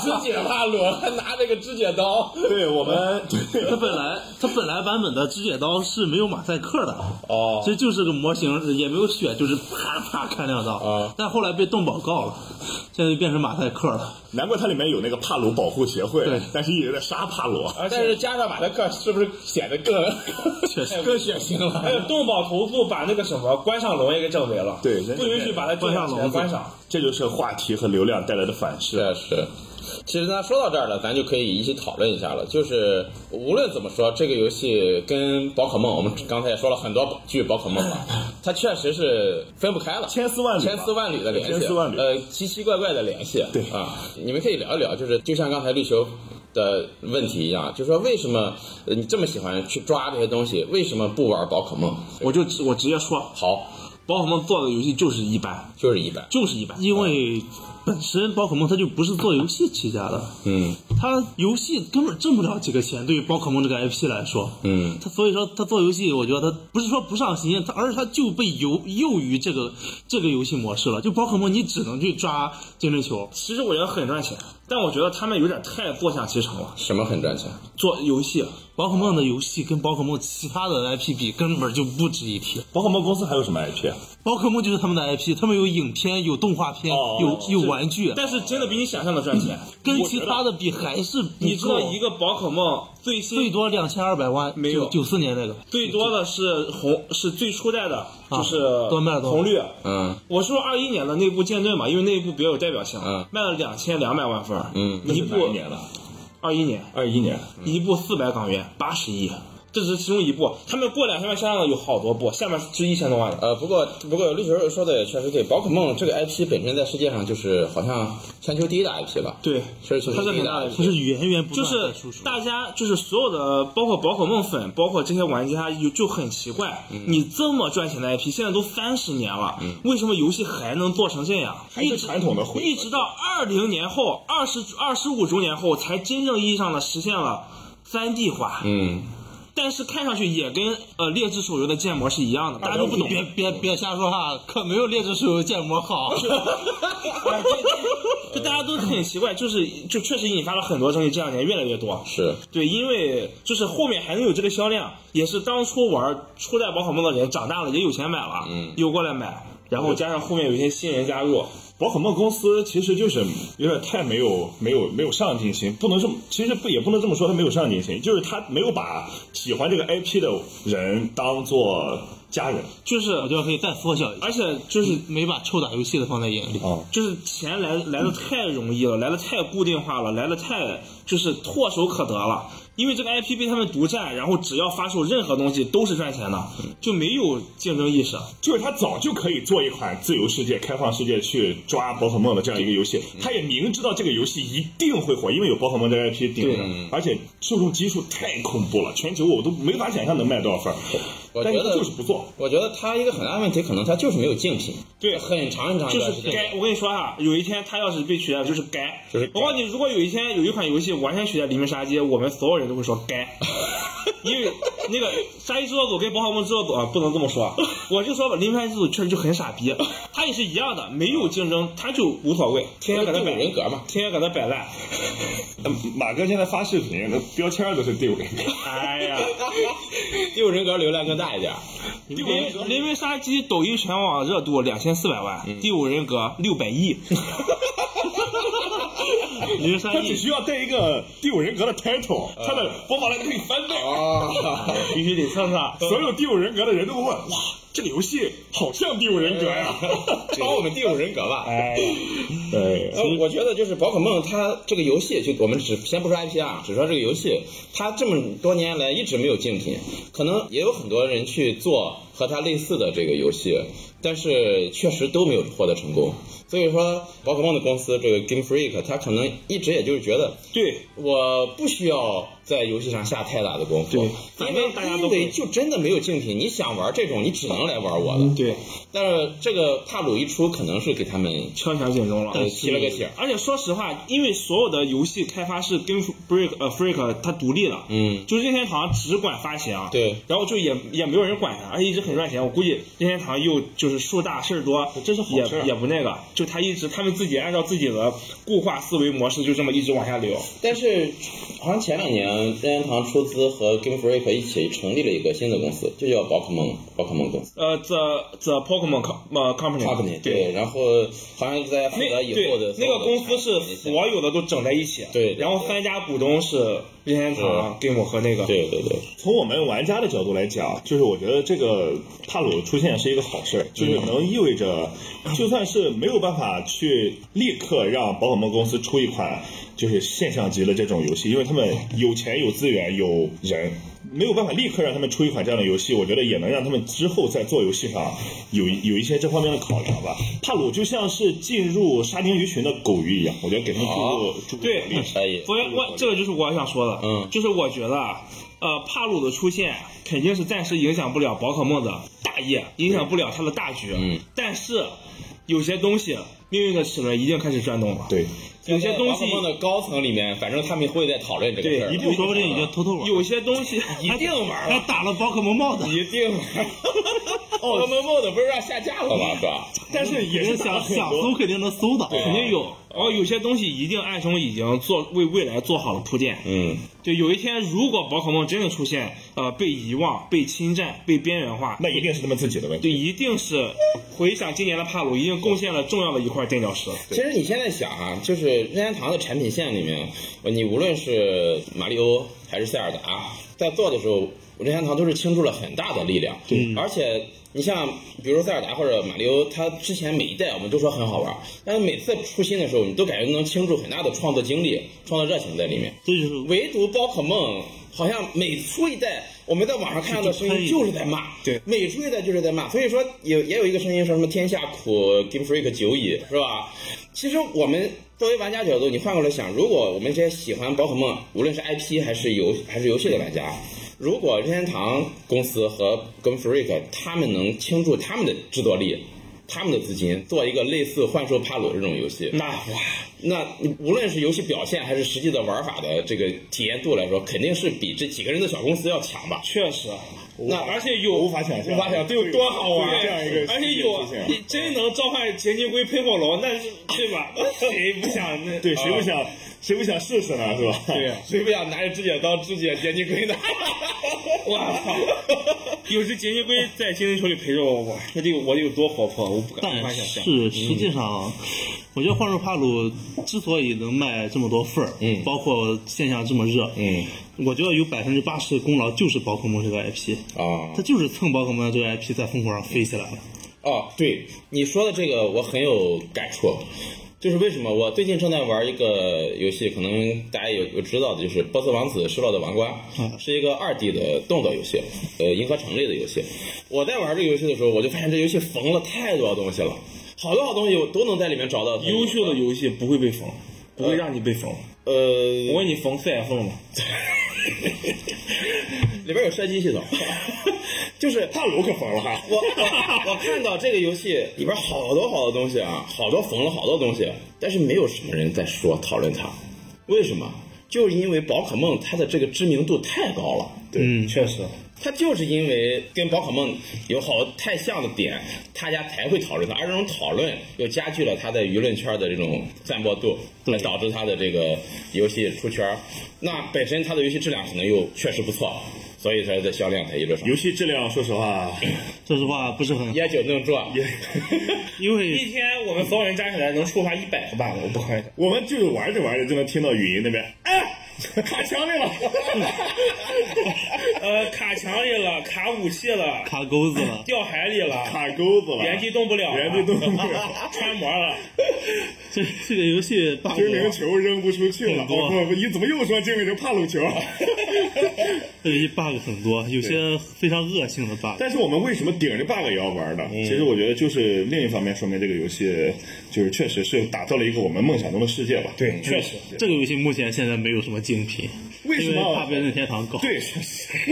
S7: 肢解帕鲁还拿那个肢解刀，
S4: 对我们，对
S3: 它本来它本来版本的肢解刀是没有马赛克的，
S7: 哦
S3: 这就是个模型，也没有血，就是啪啪砍两刀。
S7: 啊
S3: 但后来被动保告了，现在就变成马赛克了。
S4: 难怪它里面有那个帕鲁保护协会
S3: 对，
S4: 但是一直在杀帕鲁。
S7: 但是加上马赛克是不是显得更
S3: 确实
S7: 更血腥
S5: 还有
S7: 了？
S5: 动保头部把那个什么关上龙也给整没了，
S4: 对
S5: 不允许把它
S3: 关上笼子
S5: 关上。
S4: 这就是话题和流量带来的反噬。
S7: 这是。其实呢，说到这儿了，咱就可以一起讨论一下了。就是无论怎么说，这个游戏跟宝可梦，我们刚才也说了很多句宝可梦了，它确实是分不开了，
S4: 千丝万缕吧
S7: 千丝万缕的联系，
S4: 千丝万缕
S7: 呃，奇奇怪怪的联系。
S4: 对
S7: 啊，你们可以聊一聊，就是就像刚才绿球的问题一样，就说为什么呃你这么喜欢去抓这些东西，为什么不玩宝可梦？
S5: 我就我直接说，
S7: 好，
S5: 宝可梦做的游戏就是一般，
S7: 就是一般，
S5: 就是一般。
S3: 因为本身宝可梦它就不是做游戏起家的，
S7: 嗯
S3: 它游戏根本挣不了几个钱，对于宝可梦这个 IP 来说。
S7: 嗯，
S3: 他所以说他做游戏，我觉得他不是说不上心，他而是他就被游囿于这个这个游戏模式了。就宝可梦，你只能去抓精灵球，
S5: 其实我觉得很赚钱，但我觉得他们有点太坐享其成了。
S7: 什么很赚钱？
S5: 做游戏，啊
S3: 宝可梦的游戏跟宝可梦其他的 IP 比，根本就不值一提。
S4: 宝可梦公司还有什么 IP 啊？
S3: 宝可梦就是他们的 IP，他们有影片、有动画片、有有玩具，
S5: 哦但是真的比你想象的赚钱。
S3: 跟其他的比还是不
S5: 你知道
S3: 够
S5: 一个宝可梦最新
S3: 最多两千二百万，
S5: 没有
S3: 九四年那个，
S5: 最多的是红，是最初代
S7: 啊
S5: 的，就是
S3: 多卖了多少
S5: 红绿。
S7: 嗯
S5: 我说二一年的那部剑盾嘛，因为那一部比较有代表性，
S7: 嗯
S5: 卖了两千两百万份儿，
S7: 嗯
S5: 一部
S4: 哪一年了？
S5: 二一年，
S4: 二一年。
S5: 一部四百港元，八十亿，这只是其中一部。他们过两千万销量的有好多部，下面是一千多万的。
S7: 呃，不过不过，绿球说的也确实对，宝可梦这个 IP 本身在世界上就是好像全球第一大 IP 了。
S5: 对，
S7: 确实
S5: 它是
S7: 第一
S5: 很大的
S7: 的
S5: 一个
S3: 它是源源不
S5: 就
S3: 断地
S5: 是
S3: 输出。
S5: 大家就是所有的，包括宝可梦粉，包括这些玩家，有就很奇怪，你这么赚钱的 IP，现在都三十年了，为什么游戏还能做成这样？
S4: 还是传统的回合
S5: 一直到二零年后，二十二十五周年后，才真正意义上的实现了三 D 化。
S7: 嗯，
S5: 但是看上去也跟呃劣质手游的建模是一样的，大家都不懂。
S3: 别别别瞎说话，可没有劣质手游建模好。
S5: 哎就就 大家都很奇怪，就是就确实引发了很多争议，这两年越来越多。
S7: 是
S5: 对，因为就是后面还能有这个销量，也是当初玩初代宝可梦的人长大了也有钱买了，
S7: 嗯
S5: 又过来买，然后加上后面有一些新人加入，
S4: 宝可梦公司其实就是有点太没有没有没有上进心，不能这么，其实不也不能这么说，他没有上进心，就是他没有把喜欢这个 IP 的人当做家人。
S5: 就是
S3: 我觉得可以再缩小一下，
S5: 而且就是
S3: 没把臭打游戏的放在眼里。
S4: 哦，
S5: 就是钱来来
S3: 嗯
S5: 的太容易了，来的太固定化了，来的太就是唾手可得了。因为这个 IP 被他们独占，然后只要发售任何东西都是赚钱的，
S3: 嗯
S5: 就没有竞争意识。
S4: 就是他早就可以做一款自由世界、开放世界去抓宝可梦的这样一个游戏，他也明知道这个游戏一定会火，因为有宝可梦这个 IP 顶着，而且受众基数太恐怖了，全球我都没法想象能卖多少份儿，
S7: 我
S4: 但
S7: 觉
S4: 是他
S7: 得
S4: 就是不做。
S7: 我觉得它一个很大问题，可能它就是没有竞品。
S5: 对
S7: 很长很长一
S5: 就
S7: 段
S5: 是
S7: 时间。
S5: 该，我跟你说哈、有一天他要是被取代了，就是该。
S7: 就是该
S5: 我告诉你，如果有一天有一款游戏完全取代《黎明杀机》，我们所有人都会说 该，因为那个杀机制作组跟宝可梦制作组啊，不能这么 说，我就说吧，《黎明杀机》制作组确实就很傻逼，他也是一样的，没有竞争，他就无所谓，天天
S7: 这
S5: 搁那
S7: 个第
S5: 摆
S7: 五人格嘛，
S5: 天天搁那摆 烂，
S4: 马哥现在发视频，那标签儿都是第五人格。
S5: 哎呀。
S7: 第五人格流量更大一点。
S5: 第五人格《黎明杀机》抖音全网
S7: 嗯
S5: 热度两千四百万，第五人格六百亿。你是三
S4: 它只
S5: 亿，
S4: 需要带一个第五人格的 title，它的播放量就可以翻倍。
S5: 必须得蹭蹭。
S4: 所有第五人格的人都会问：哇，这个游戏好像第五人格呀、
S1: 帮我们第五人格吧。
S5: 哎，
S4: 对，
S1: 呃，我觉得就是宝可梦它这个游戏，就我们只先不说 IP 啊，只说这个游戏，它这么多年来一直没有竞品，可能也有很多人去做和它类似的这个游戏，但是确实都没有获得成功。所以说，宝可梦的公司这个 Game Freak，它可能一直也就是觉得，
S5: 对，
S1: 我不需要在游戏上下太大的功夫，
S5: 反
S1: 因
S5: 正
S1: 为
S5: 大家都
S1: 因为就真的没有竞品，你想玩这种，你只能来玩我的。
S3: 嗯
S5: 对，
S1: 但是这个帕鲁一出，可能是给他们
S5: 敲响警钟了。
S1: 呃提了个醒儿。
S5: 而且说实话，因为所有的游戏开发是跟 Break 呃 Freak 它独立的，
S1: 嗯
S5: 就是任天堂只管发行，啊
S1: 对，
S5: 然后就也也没有人管它，而且一直很赚钱。我估计任天堂又就是树大事儿多，这是好
S1: 事儿啊
S5: 也也不那个，就他一直他们自己按照自己的固化思维模式，就这么一直往下流。
S1: 但是好像前两年任天堂出资和 Game Freak 一起成立了一个新的公司，就叫宝可梦宝可梦公司。
S5: 呃，The The Pokemon Co- 呃 Company，,
S1: 对，然后好像在负
S5: 那
S1: 责以后的
S5: 对那个公司是
S1: 所有
S5: 所有的都整在一起，啊
S1: 对对
S5: 然后三家股东是任天堂、Game 和那个
S1: 的产品对对对，
S4: 从我们玩家的角度来讲，就是我觉得这个帕鲁出现是一个好事儿，就是能意味着，就算是没有办法去立刻让宝可梦公司出一款就是现象级的这种游戏，因为他们有钱、有资源、有人，没有办法立刻让他们出一款这样的游戏，我觉得也能让他们之后在做游戏上有有一些这方面的考量吧。帕鲁就像是进入沙丁鱼群的狗鱼一样，我觉得给他们注入注入
S5: 对
S4: 鼓励
S1: 可以。
S5: 我我这个就是我想说的，
S1: 嗯
S5: 就是我觉得啊，呃，帕鲁的出现肯定是暂时影响不了宝可梦的大业，影响不了它的大局，
S1: 嗯，
S5: 但是有些东西命运的齿轮已经开始转动了，，
S4: 对。
S5: 有些东西
S1: 宝可梦的高层里面，反正他们会在讨论这个事儿。
S5: 对一
S1: 定
S5: 说
S3: 说不定已经偷偷玩，
S5: 有些东西 哎
S1: 一定玩
S3: 还
S1: 了，
S3: 打了宝可梦帽子。
S1: 一定玩。宝可梦 Mode 不是让下架了吗？是吧？
S5: 但是也是
S3: 想想搜肯定能搜到，
S1: 啊
S5: 肯定有，然后有些东西一定暗中已经做为未来做好了铺垫，
S1: 嗯，
S5: 就有一天如果宝可梦真的出现，呃，被遗忘、被侵占、被边缘化，
S4: 那一定是他们自己的问
S5: 就
S4: 题。
S5: 一定是回想今年的帕鲁，一定贡献了重要的一块垫脚石。
S1: 其实你现在想啊，就是任天堂的产品线里面，你无论是马里欧还是塞尔达，在做的时候，任天堂都是倾注了很大的力量。对，而且你像比如塞尔达或者马里欧，它之前每一代我们都说很好玩，但是每次出新的时候，你都感觉能倾注很大的创作精力、创作热情在里面。
S3: 这就是
S1: 唯独宝可梦，好像每出一代，我们在网上看到的声音就是在骂，
S5: 对
S1: 每出一代就是在骂。所以说有也有一个声音说什么“天下苦，Game Freak 久矣”，是吧？其实我们作为玩家角度，你换过来想，如果我们这些喜欢宝可梦，无论是 IP 还是游还是游戏的玩家。如果任天堂公司和 Game Freak 他们能倾注他们的制作力、他们的资金，做一个类似《幻兽帕鲁》这种游戏，
S5: 那哇，
S1: 那你无论是游戏表现还是实际的玩法的这个体验度来说，肯定是比这几个人的小公司要强吧？
S5: 确实，
S1: 那
S5: 而且有
S4: 啊无法想象
S1: 无法想象
S5: 这有多好玩，
S4: 会有这样一嗯个
S5: 而且有
S4: 事情
S5: 你真能召唤杰尼龟、喷火龙，那是对吧？谁不想 那？
S4: 对，谁不想、谁不想试试呢？是吧？
S5: 对呀，
S1: 啊谁不想拿着指甲刀肢解杰尼龟 呢？
S5: 我操！有只杰尼龟在精灵球里陪着我，哇，那得有我得有多活泼，我不敢无法
S3: 但
S5: 想象。
S3: 是实际上，我觉得幻兽帕鲁之所以能卖这么多份儿，
S1: 嗯
S3: 包括现象这么热，
S1: 嗯
S3: 我觉得有百分之八十的功劳就是宝可梦这个 IP，
S1: 啊
S3: 它就是蹭宝可梦这个 IP 在风口上飞起来了。
S1: 哦，对你说的这个我很有感触，就是为什么我最近正在玩一个游戏，可能大家有有知道的，就是《波斯王子：失落的王冠》，
S5: 嗯
S1: 是一个二 D 的动作游戏，呃，银河城类的游戏。我在玩这个游戏的时候，我就发现这游戏缝了太多东西了。好多好东西我都能在里面找到它的
S5: 优秀的游戏不会被封，不会让你被封。
S1: 呃，
S5: 我问你封 CF 吗？
S1: 里边有射击系 统，就是
S4: 帕鲁可疯了哈！
S1: 我我我看到这个游戏里边好多好多东西啊，好多缝了好多东西，但是没有什么人在说讨论它，为什么？就是因为宝可梦它的这个知名度太高了，
S5: 嗯，确实。
S1: 它就是因为跟宝可梦有好太像的点，大家才会讨论它，而这种讨论又加剧了它在舆论圈的这种散播度，
S3: 对
S1: 导致它的这个游戏出圈儿。那本身它的游戏质量可能又确实不错，所以它的销量才一直上。
S4: 游戏质量，说实话，
S7: 说实话不是很，
S5: 也就能赚。
S7: 因
S5: 一
S7: 为
S5: 天我们所有人加起来能触发一百个办公，我不开
S4: 我们就是玩着玩着就能听到语音那边，哎，卡墙里了。
S5: 呃，卡墙里了，卡武器了，
S7: 卡钩子了。
S5: 掉海里了，
S4: 卡钩子了，
S5: 原地动不了了，
S4: 原地动不了
S5: 穿模了。
S7: 这这个嗯游戏 bug
S4: 精灵球扔不出去了。
S7: 很多
S4: 我说你怎么又说精灵球帕鲁球？
S7: 这个游戏 bug 很多，有些非常恶性的 bug。嗯
S4: 但是我们为什么顶着 bug 也要玩呢？其实我觉得就是另一方面说明这个游戏就是确实是打造了一个我们梦想中的世界吧。对，确实。
S7: 这个游戏目前现在没有什么竞品，
S4: 为什
S7: 因为怕
S4: 么
S7: 被？任天堂搞。
S4: 对，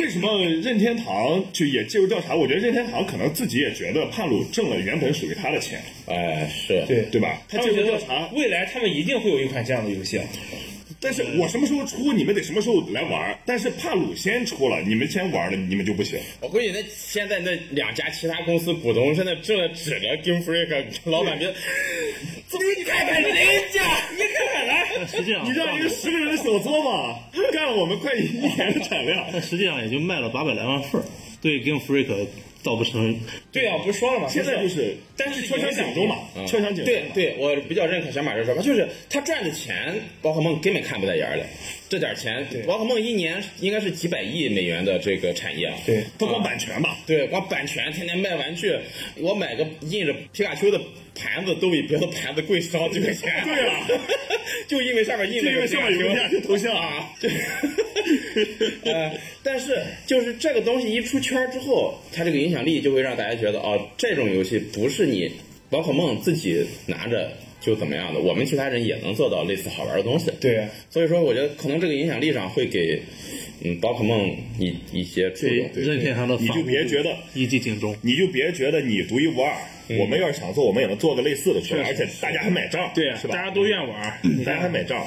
S4: 为什么任天堂就也介入调查？我觉得任天堂可能自己也觉得帕鲁挣了原本属于他的钱，
S1: 哎，是，
S5: 对
S4: 对吧？他
S5: 他
S4: 介
S5: 们
S4: 入
S5: 觉
S4: 调查
S5: 得，未来他们一定会有一款这样的游戏。啊
S4: 但是我什么时候出，你们得什么时候来玩。但是帕鲁先出了，你们先玩了，你们就不行。
S1: 我估计那现在那两家其他公司股东真的正在指着 Game Freak 老 板别，你看看人家，你看看来，
S7: 实际上
S4: 你让一个十个人的小作坊干了我们快一年的产量，
S7: 但实际上也就卖了八百来万份儿，对 Game Freak 造不成。
S5: 对啊，不是说了吗？
S4: 现在就是，
S5: 但是
S4: 车厢井中嘛，车厢井中
S1: 嗯对对，我比较认可小马这说法，就是他赚的钱，宝可梦根本看不在眼儿里。这点钱，宝可梦一年应该是几百亿美元的这个产业。啊
S5: 对
S4: 不光版权吧，
S1: 对，光版权，天天卖玩具，我买个印着皮卡丘的盘子都比别的盘子贵十好几块钱。
S4: 对啊，
S1: 就因为上面印
S4: 这
S1: 了
S4: 个
S1: 个
S4: 上面有个
S1: 皮
S4: 亚
S1: 卡
S4: 洲
S1: 丘
S4: 头像啊，
S1: 啊，对， 呃，但是就是这个东西一出圈儿之后，它这个影响力就会让大家觉得，哦，这种游戏不是你宝可梦自己拿着就怎么样的，我们其他人也能做到类似好玩的东西。
S5: 对啊，
S1: 所以说，我觉得可能这个影响力上会给嗯宝可梦一一些触
S7: 对
S1: 动。
S7: 任天堂的
S4: 你
S7: 防
S4: 就
S7: 护
S4: 别觉得，
S7: 一骑警钟，
S4: 你就别觉得你独一无二。我们要是想做，我们也能做个类似的出来，而且大家还买账，
S5: 对啊
S4: 是，吧？
S5: 大家都愿玩。
S1: 嗯
S4: 大家还买账，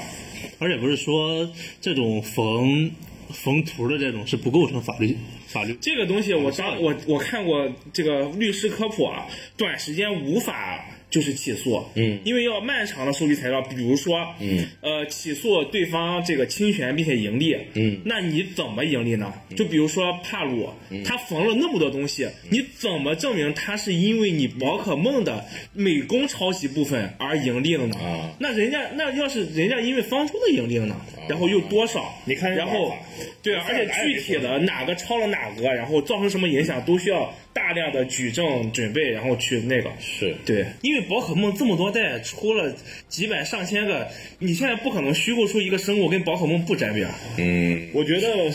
S7: 而且不是说这种缝缝图的这种是不构成法律法律。
S5: 这个东西我当我我看过这个律师科普啊，短时间无法就是起诉，嗯，因为要漫长的收集材料，比如说，嗯，呃，起诉对方这个侵权并且盈利，嗯，那你怎么盈利呢？就比如说帕鲁，他缝了那么多东西，你怎么证明他是因为你宝可梦的美工抄袭部分而盈利了呢？
S1: 啊
S5: 那人家那要是人家因为方舟的盈利了呢？然后又多少？
S4: 你看人
S5: 然后
S4: 玩法
S5: 对，啊 而且具体的哪个超了哪个，然后造成什么影响，都需要大量的举证准备，然后去那个。
S1: 是
S5: 对，因为宝可梦这么多代出了几百上千个，你现在不可能虚构出一个生物跟宝可梦不沾边。
S1: 嗯，
S4: 我 觉得，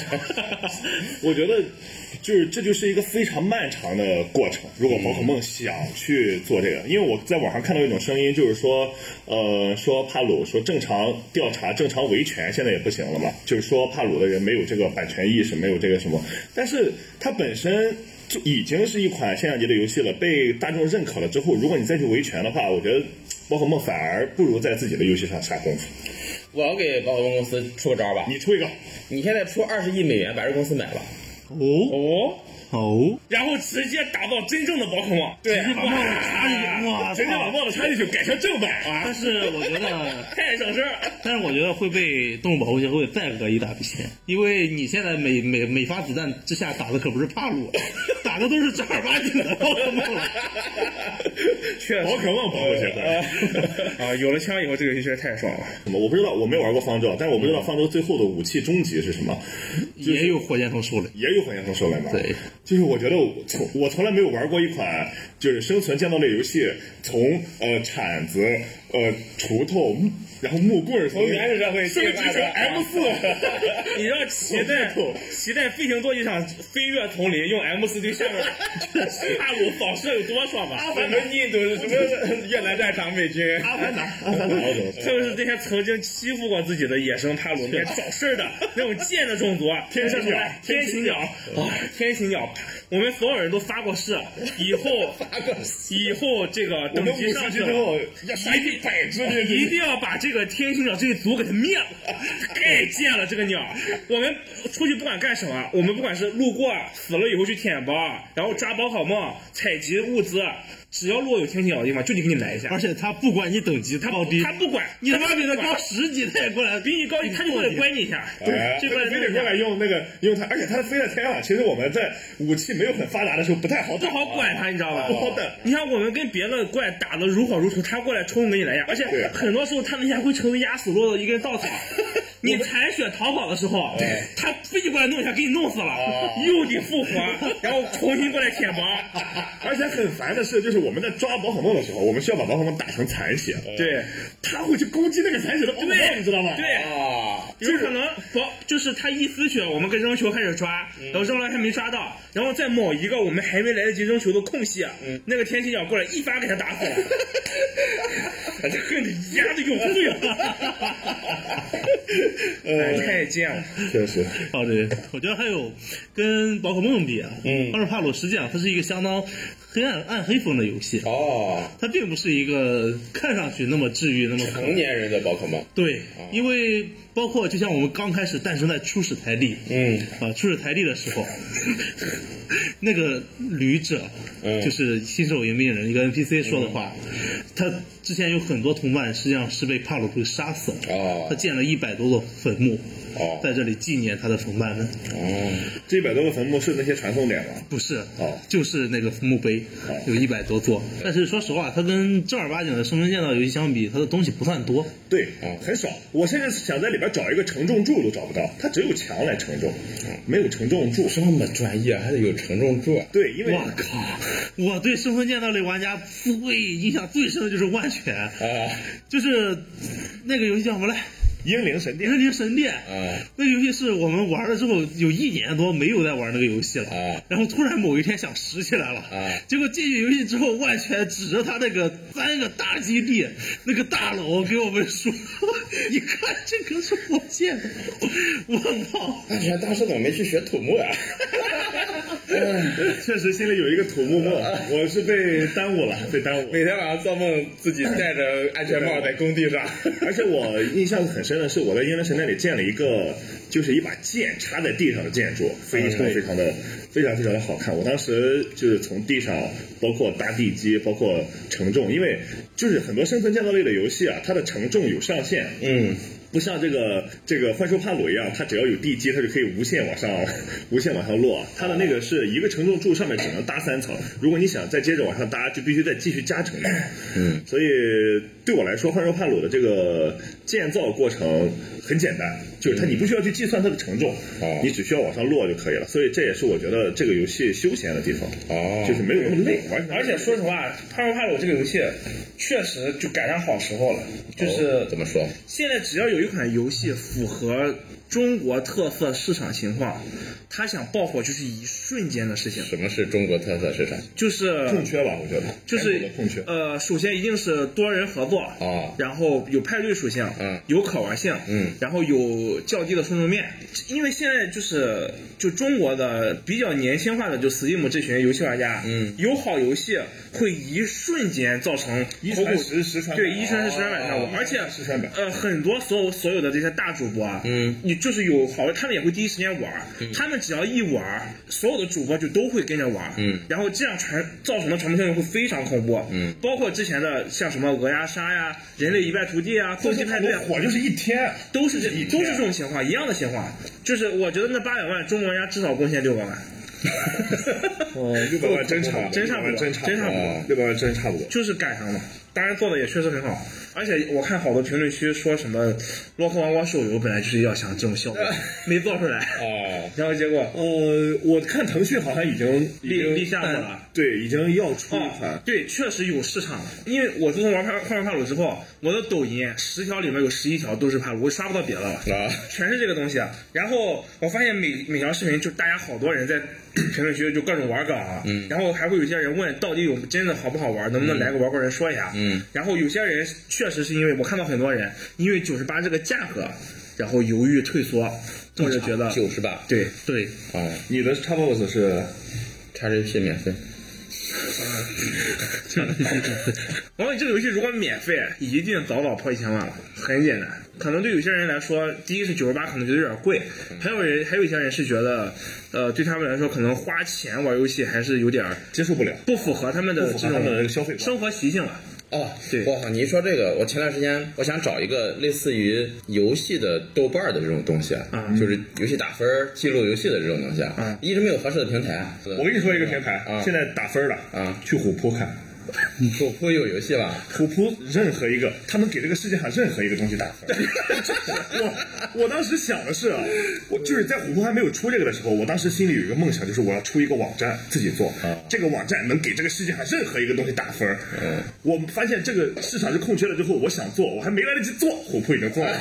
S4: 我觉得，就是这就是一个非常漫长的过程。如果宝可梦想去做这个，因为我在网上看到一种声音，就是说，呃，说帕鲁说正常调查、正常维权现在也不行了嘛，就是说帕鲁的人没有这个版权意识，没有这个什么，但是它本身。就已经是一款现象级的游戏了，被大众认可了之后，如果你再去维权的话，我觉得宝可梦反而不如在自己的游戏上下功夫。
S1: 我给宝可梦公司出个招儿吧，
S4: 你出一个，
S1: 你现在出二十亿美元把这公司买了。
S7: 哦
S5: 哦，
S7: 哦，
S5: 然后直接打造真正的宝可梦。对
S7: 直接把帽子插进去，哇
S4: 直接把
S7: 操！
S4: 帽子插进去，改成正版啊！
S7: 但是我觉得。
S5: 太省事儿了。
S7: 但是我觉得会被动物保护协会再讹一大笔钱，因为你现在每每每发子弹之下打的可不是帕鲁，打的都是正儿八经的 宝可梦了。
S5: 确
S4: 宝
S5: 实。
S4: 可梦保护协
S5: 呃
S4: 会。
S5: 啊，有了枪以后，这个游戏确实太爽了。
S4: 我不知道，我没玩过方舟，但是我不知道方舟最后的武器终极是什么，
S5: 嗯
S7: 也有火箭筒手雷，
S4: 也有火焰筒手雷吧？
S7: 对，
S4: 就是我觉得我从我从来没有玩过一款就是生存建造类游戏，从呃铲子、呃锄头，嗯然后木棍儿，从
S5: 原始社会
S4: 升
S5: 进
S4: 级
S5: 化的
S4: 成 M 四，
S5: 你让脐带脐带飞行多机场飞跃丛林，用 M 四 对下面大鲁扫射有多爽吧？
S1: 什么印度什么越南战场美军，
S4: 阿凡达，阿凡达，我懂
S5: 特别是这些曾经欺负过自己的野生帕鲁那些找事儿的那种贱的种族啊，
S4: 天行鸟
S5: 天行鸟，啊，天行鸟，我们所有人都发过誓，以后以后这个等级上去了，
S4: 要杀一百只这
S5: 哎一定要把这个天生鸟这个族给它灭了，太贱了！这个鸟，我们出去不管干什么，我们不管是路过死了以后去舔包，然后抓宝可梦、采集物资，只要路过有天性鸟的地方，就得给你来一下。
S3: 而且他不管你等级
S5: 他
S3: 高低，
S5: 他不管，
S3: 你他妈比他
S5: 他
S3: 高十级，他也过来
S5: 比你高一，他就过来乖你一下，
S4: 哎
S5: 就过来
S4: 非得
S5: 弄一
S4: 过
S5: 下
S4: 来用那个用它，而且它飞在天上，其实我们在武器没有很发达的时候不太好
S5: 不
S4: 打，
S5: 好管他，你知道吧？
S4: 不好打。
S5: 你像我们跟别的怪打的如火如荼，他过来冲给你来啊压，而且
S4: 对
S5: 很多时候他那下会成为压死骆驼的一根稻草。你残血逃跑的时候，他飞过来弄一下，给你弄死了，又得复活，然后重新过来舔毛。
S4: 而且很烦的是，就是我们在抓宝可梦的时候，我们需要把宝可梦打成残血，
S5: 对，
S4: 它会去攻击那个残血的宝可梦，
S5: 对
S4: 你知道吗？啊
S5: 对有可能不就是他一丝血，我们跟扔球开始抓，
S4: 嗯
S5: 然后扔了还没抓到，然后在某一个我们还没来得及扔球的空隙，啊
S4: 嗯
S5: 那个天蝎鸟过来一发给他打 死了， 哎这恨得压的有 罪了，哎太贱了，
S4: 确实，
S3: 哦，对，我觉得还有跟宝可梦比啊，嗯，阿尔帕鲁实际上它是一个相当黑暗暗黑风的游戏，
S8: 哦，
S3: 它并不是一个看上去那么治愈那么可
S8: 成年人的宝可梦，
S3: 对，因为包括就像我们刚开始诞生在初始台历，
S8: 嗯，
S3: 啊，初始台历的时候，那个旅者，
S8: 嗯
S3: 就是新手迎宾人一个 NPC 说的话，他之前有很多同伴实际上是被帕鲁克杀死了，
S8: 哦
S3: 他建了一百多座坟墓，
S8: 哦
S3: 在这里纪念他的同伴们，
S4: 哦这一百多个坟墓是那些传送点吗？
S3: 不是，
S4: 哦
S3: 就是那个墓碑，
S8: 哦
S3: 有一百多座，但是说实话，它跟正儿八经的生存建造游戏相比，它的东西不算多，
S4: 对，
S8: 嗯
S4: 很少。我现在想在里边找一个承重柱都找不到，它只有墙来承重，没有承重柱。
S8: 嗯这么专业还得有承重柱啊，
S4: 对，因为啊
S3: 我靠！我对生存建造类玩家最印象最深的就是万犬，就是那个游戏叫什么来？
S4: 英灵神殿
S3: 人灵神殿。
S8: 啊
S3: 那游戏是我们玩了之后有一年多没有再玩那个游戏了，
S8: 啊
S3: 然后突然某一天想拾起来了，
S8: 啊
S3: 结果进去游戏之后，万全指着他那个三个大基地那个大楼给我们说， 你看这个是我建的，我靠！
S8: 哎大学当时怎么没去学土木啊？
S4: 确实心里有一个土木 梦，我是被耽误了，被耽误了。
S8: 每天晚上做梦自己戴着安全帽在工地上，
S4: 而且我印象很深的是，我在英灵神殿里建了一个，就是一把剑插在地上的建筑，非
S8: 嗯
S4: 常非常的、非常非常的好看。我当时就是从地上，包括搭地基，包括承重，因为就是很多生存建造类的游戏啊，它的承重有上限，
S8: 嗯，
S4: 不像这个这个幻兽帕鲁一样，它只要有地基，它就可以无限往上无限往上落。啊它的那个是一个承重柱上面只能搭三层，如果你想再接着往上搭，就必须再继续加承重。嗯，所以对我来说，幻兽帕鲁的这个建造过程很简单，就是它你不需要去计算它的承重，
S8: 哦
S4: 你只需要往上落就可以了。所以这也是我觉得这个游戏休闲的地方，
S8: 哦
S4: 就是没有那么累，玩起来
S5: 而且说实话，《帕鲁帕鲁》这个游戏确实就赶上好时候了，就是、
S8: 哦怎么说？
S5: 现在只要有一款游戏符合中国特色市场情况，它想爆火就是一瞬间的事情，
S8: 什么是中国特色市场？
S5: 就是
S4: 空缺吧，我觉得
S5: 就是
S4: 空缺。
S5: 呃，首先一定是多人合作
S8: 啊
S5: 然后有派对属性，
S8: 嗯
S5: 有可玩性，
S8: 嗯
S5: 然后有较低的受众面。因为现在就是就中国的比较年轻化的就 Steam 这群游戏玩家，
S8: 嗯，
S5: 有好游戏会一瞬间造成
S4: 一
S5: 口
S4: 传
S5: 口
S4: 十，十传百
S5: 对一传十，十传
S8: 哦
S5: 百上火，而且
S4: 十传百
S5: 呃很多所有所有的这些大主播，啊
S8: 嗯，
S5: 你就是有好，他们也会第一时间玩儿，他们只要一玩儿，所有的主播就都会跟着玩儿，
S8: 嗯
S5: 然后这样传造成的传播效应会非常恐怖，
S8: 嗯，
S5: 包括之前的像什么鹅鸭杀呀、人类一败涂地啊、斗鸡派对啊，
S4: 火就是一天，
S5: 都是这都是这种情况，一样的情况，就是我觉得那八百万中国玩家至少贡献六百万。
S4: 哦，六百万真差不多，
S5: 真差不多
S4: 真差
S5: 真差不多
S4: 六百万真差不多。
S5: 就是赶上了。当然做的也确实很好，而且我看好多评论区说什么《洛克王国》手游本来就是要想这种效果，没做出来，
S8: 哦，
S5: 然后结果
S4: 啊呃，我看腾讯好像已经
S5: 立立项目了。
S4: 对，已经要出一款
S5: 哦，对，确实有市场了。因为我自从玩帕《幻兽帕鲁》之后，我的抖音十条里面有十一条都是帕鲁，我刷不到别的了。
S8: 啊，
S5: 全是这个东西。然后我发现每每条视频就大家好多人在 评论区就各种玩梗啊，嗯，然后还会有些人问到底有真的好不好玩，能不能来个玩过人说一下，
S8: 嗯，
S5: 然后有些人确实是因为我看到很多人因为九十八这个价格，然后犹豫退缩，或者觉得
S8: 九十八，
S5: 对
S3: 对，
S8: 哦
S4: 你的 Xbox 是
S7: ，XGP 免费。
S5: 我感觉这个游戏如果免费，一定早早破一千万了，很简单。可能对有些人来说，第一是九十八可能觉得有点贵，还有人还有一些人是觉得，呃，对他们来说，可能花钱玩游戏还是有点儿
S4: 接受不了，
S5: 不符合他们的
S4: 符
S5: 这
S4: 合他们的
S5: 种
S4: 消费观
S5: 生活习性了。
S7: 哦，
S5: 对
S7: 我靠！你一说这个，我前段时间我想找一个类似于游戏的豆瓣儿的这种东西，啊
S1: 啊
S5: 嗯
S7: 就是游戏打分儿记录游戏的这种东西，啊
S5: 嗯
S7: 一直没有合适的平台。
S4: 我跟你说一个平台，
S7: 啊
S4: 现在打分了，
S7: 啊
S4: 去虎扑看，
S7: 虎扑有游戏吧？
S4: 虎扑任何一个，他能给这个世界上任何一个东西打 分。我我当时想的是啊，我就是在虎扑还没有出这个的时候，我当时心里有一个梦想，就是我要出一个网站自己做，
S7: 啊
S4: 这个网站能给这个世界上任何一个东西打分。
S7: 嗯
S4: 我发现这个市场是空缺了之后，我想做，我还没来得及做，虎扑已经做了。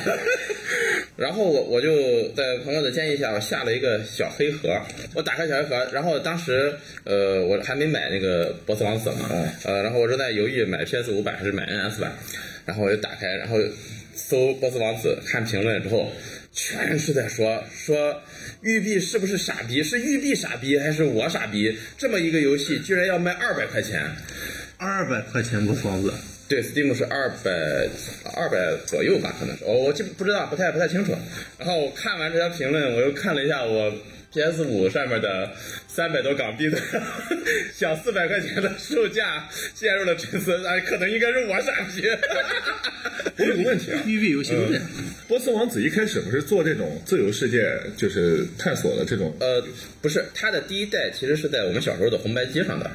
S7: 然后我我就在朋友的建议下，我下了一个小黑盒，我打开小黑盒，然后当时呃我还没买那个波斯王子嘛，呃然后我正在犹豫买 PS 五版还是买 NS 版，然后我就打开，然后搜波斯王子，看评论之后。全是在说说育碧是不是傻逼？是育碧傻逼还是我傻逼？这么一个游戏居然要卖二百块钱，
S8: 二百块钱不房子，
S7: 对，Steam 是二百二百左右吧，可能是，哦我我记不知道，不太不太清楚。然后我看完这条评论，我又看了一下我 PS 五上面的三百多港币的 小四百块钱的售价，陷入了沉思，哎，可能应该是我傻逼。
S4: 我有个问题啊，
S8: 育碧游戏都这样。
S4: 波斯王子一开始不是做这种自由世界，就是探索的这种
S7: 呃，不是，它的第一代其实是在我们小时候的红白机上的，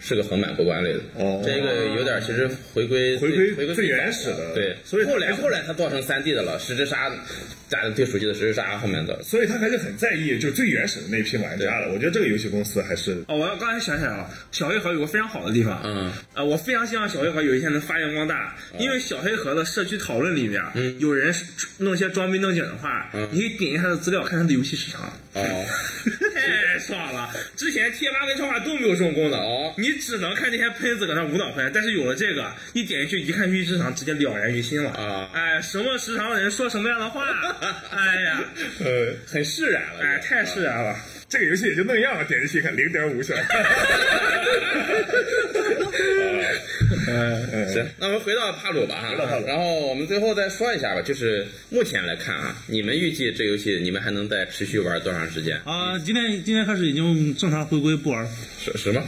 S7: 是个横版过关类的。
S4: 哦
S7: 这个有点其实回归
S4: 回
S7: 归
S4: 归
S7: 回
S4: 最
S7: 早
S4: 原始的
S7: 对，
S4: 所以它
S7: 后来
S4: 还是
S7: 后来它做成三 D 的了，十之沙，大家最熟悉的十之沙后面的。
S4: 所以他还是很在意就是最原始的那批玩家的。我觉得这个游戏公司还是
S5: 哦，我刚才想起来了，小黑盒有个非常好的地方，
S7: 嗯，
S5: 呃，我非常希望小黑盒有一天能发扬光大，
S4: 哦
S5: 因为小黑盒的社区讨论里面，啊
S4: 嗯
S5: 有人是弄一些装逼弄景的话，你可以点一下他的资料，看他的游戏市场，
S7: 哦，
S5: 太爽了！之前贴吧跟超话都没有这种功能，
S7: 哦
S5: 你只能看这些喷子搁那无脑喷，但是有了这个，一点进去一看游戏市场，直接了然于心了
S7: 啊
S5: 哎，什么时常人说什么样的话，哎 呀，
S4: 嗯
S7: 呃，很释然了。
S5: 哎，太释然了。
S4: 这个游戏也就那样了，点进去一看零点五 小时。
S7: 行， 那我们回到帕鲁吧哈，然后我们最后再说一下吧，就是目前来看啊，你们预计这游戏你们还能再持续玩多长时间？
S8: 啊，今天今天开始已经正常回归不玩，
S7: 什什么？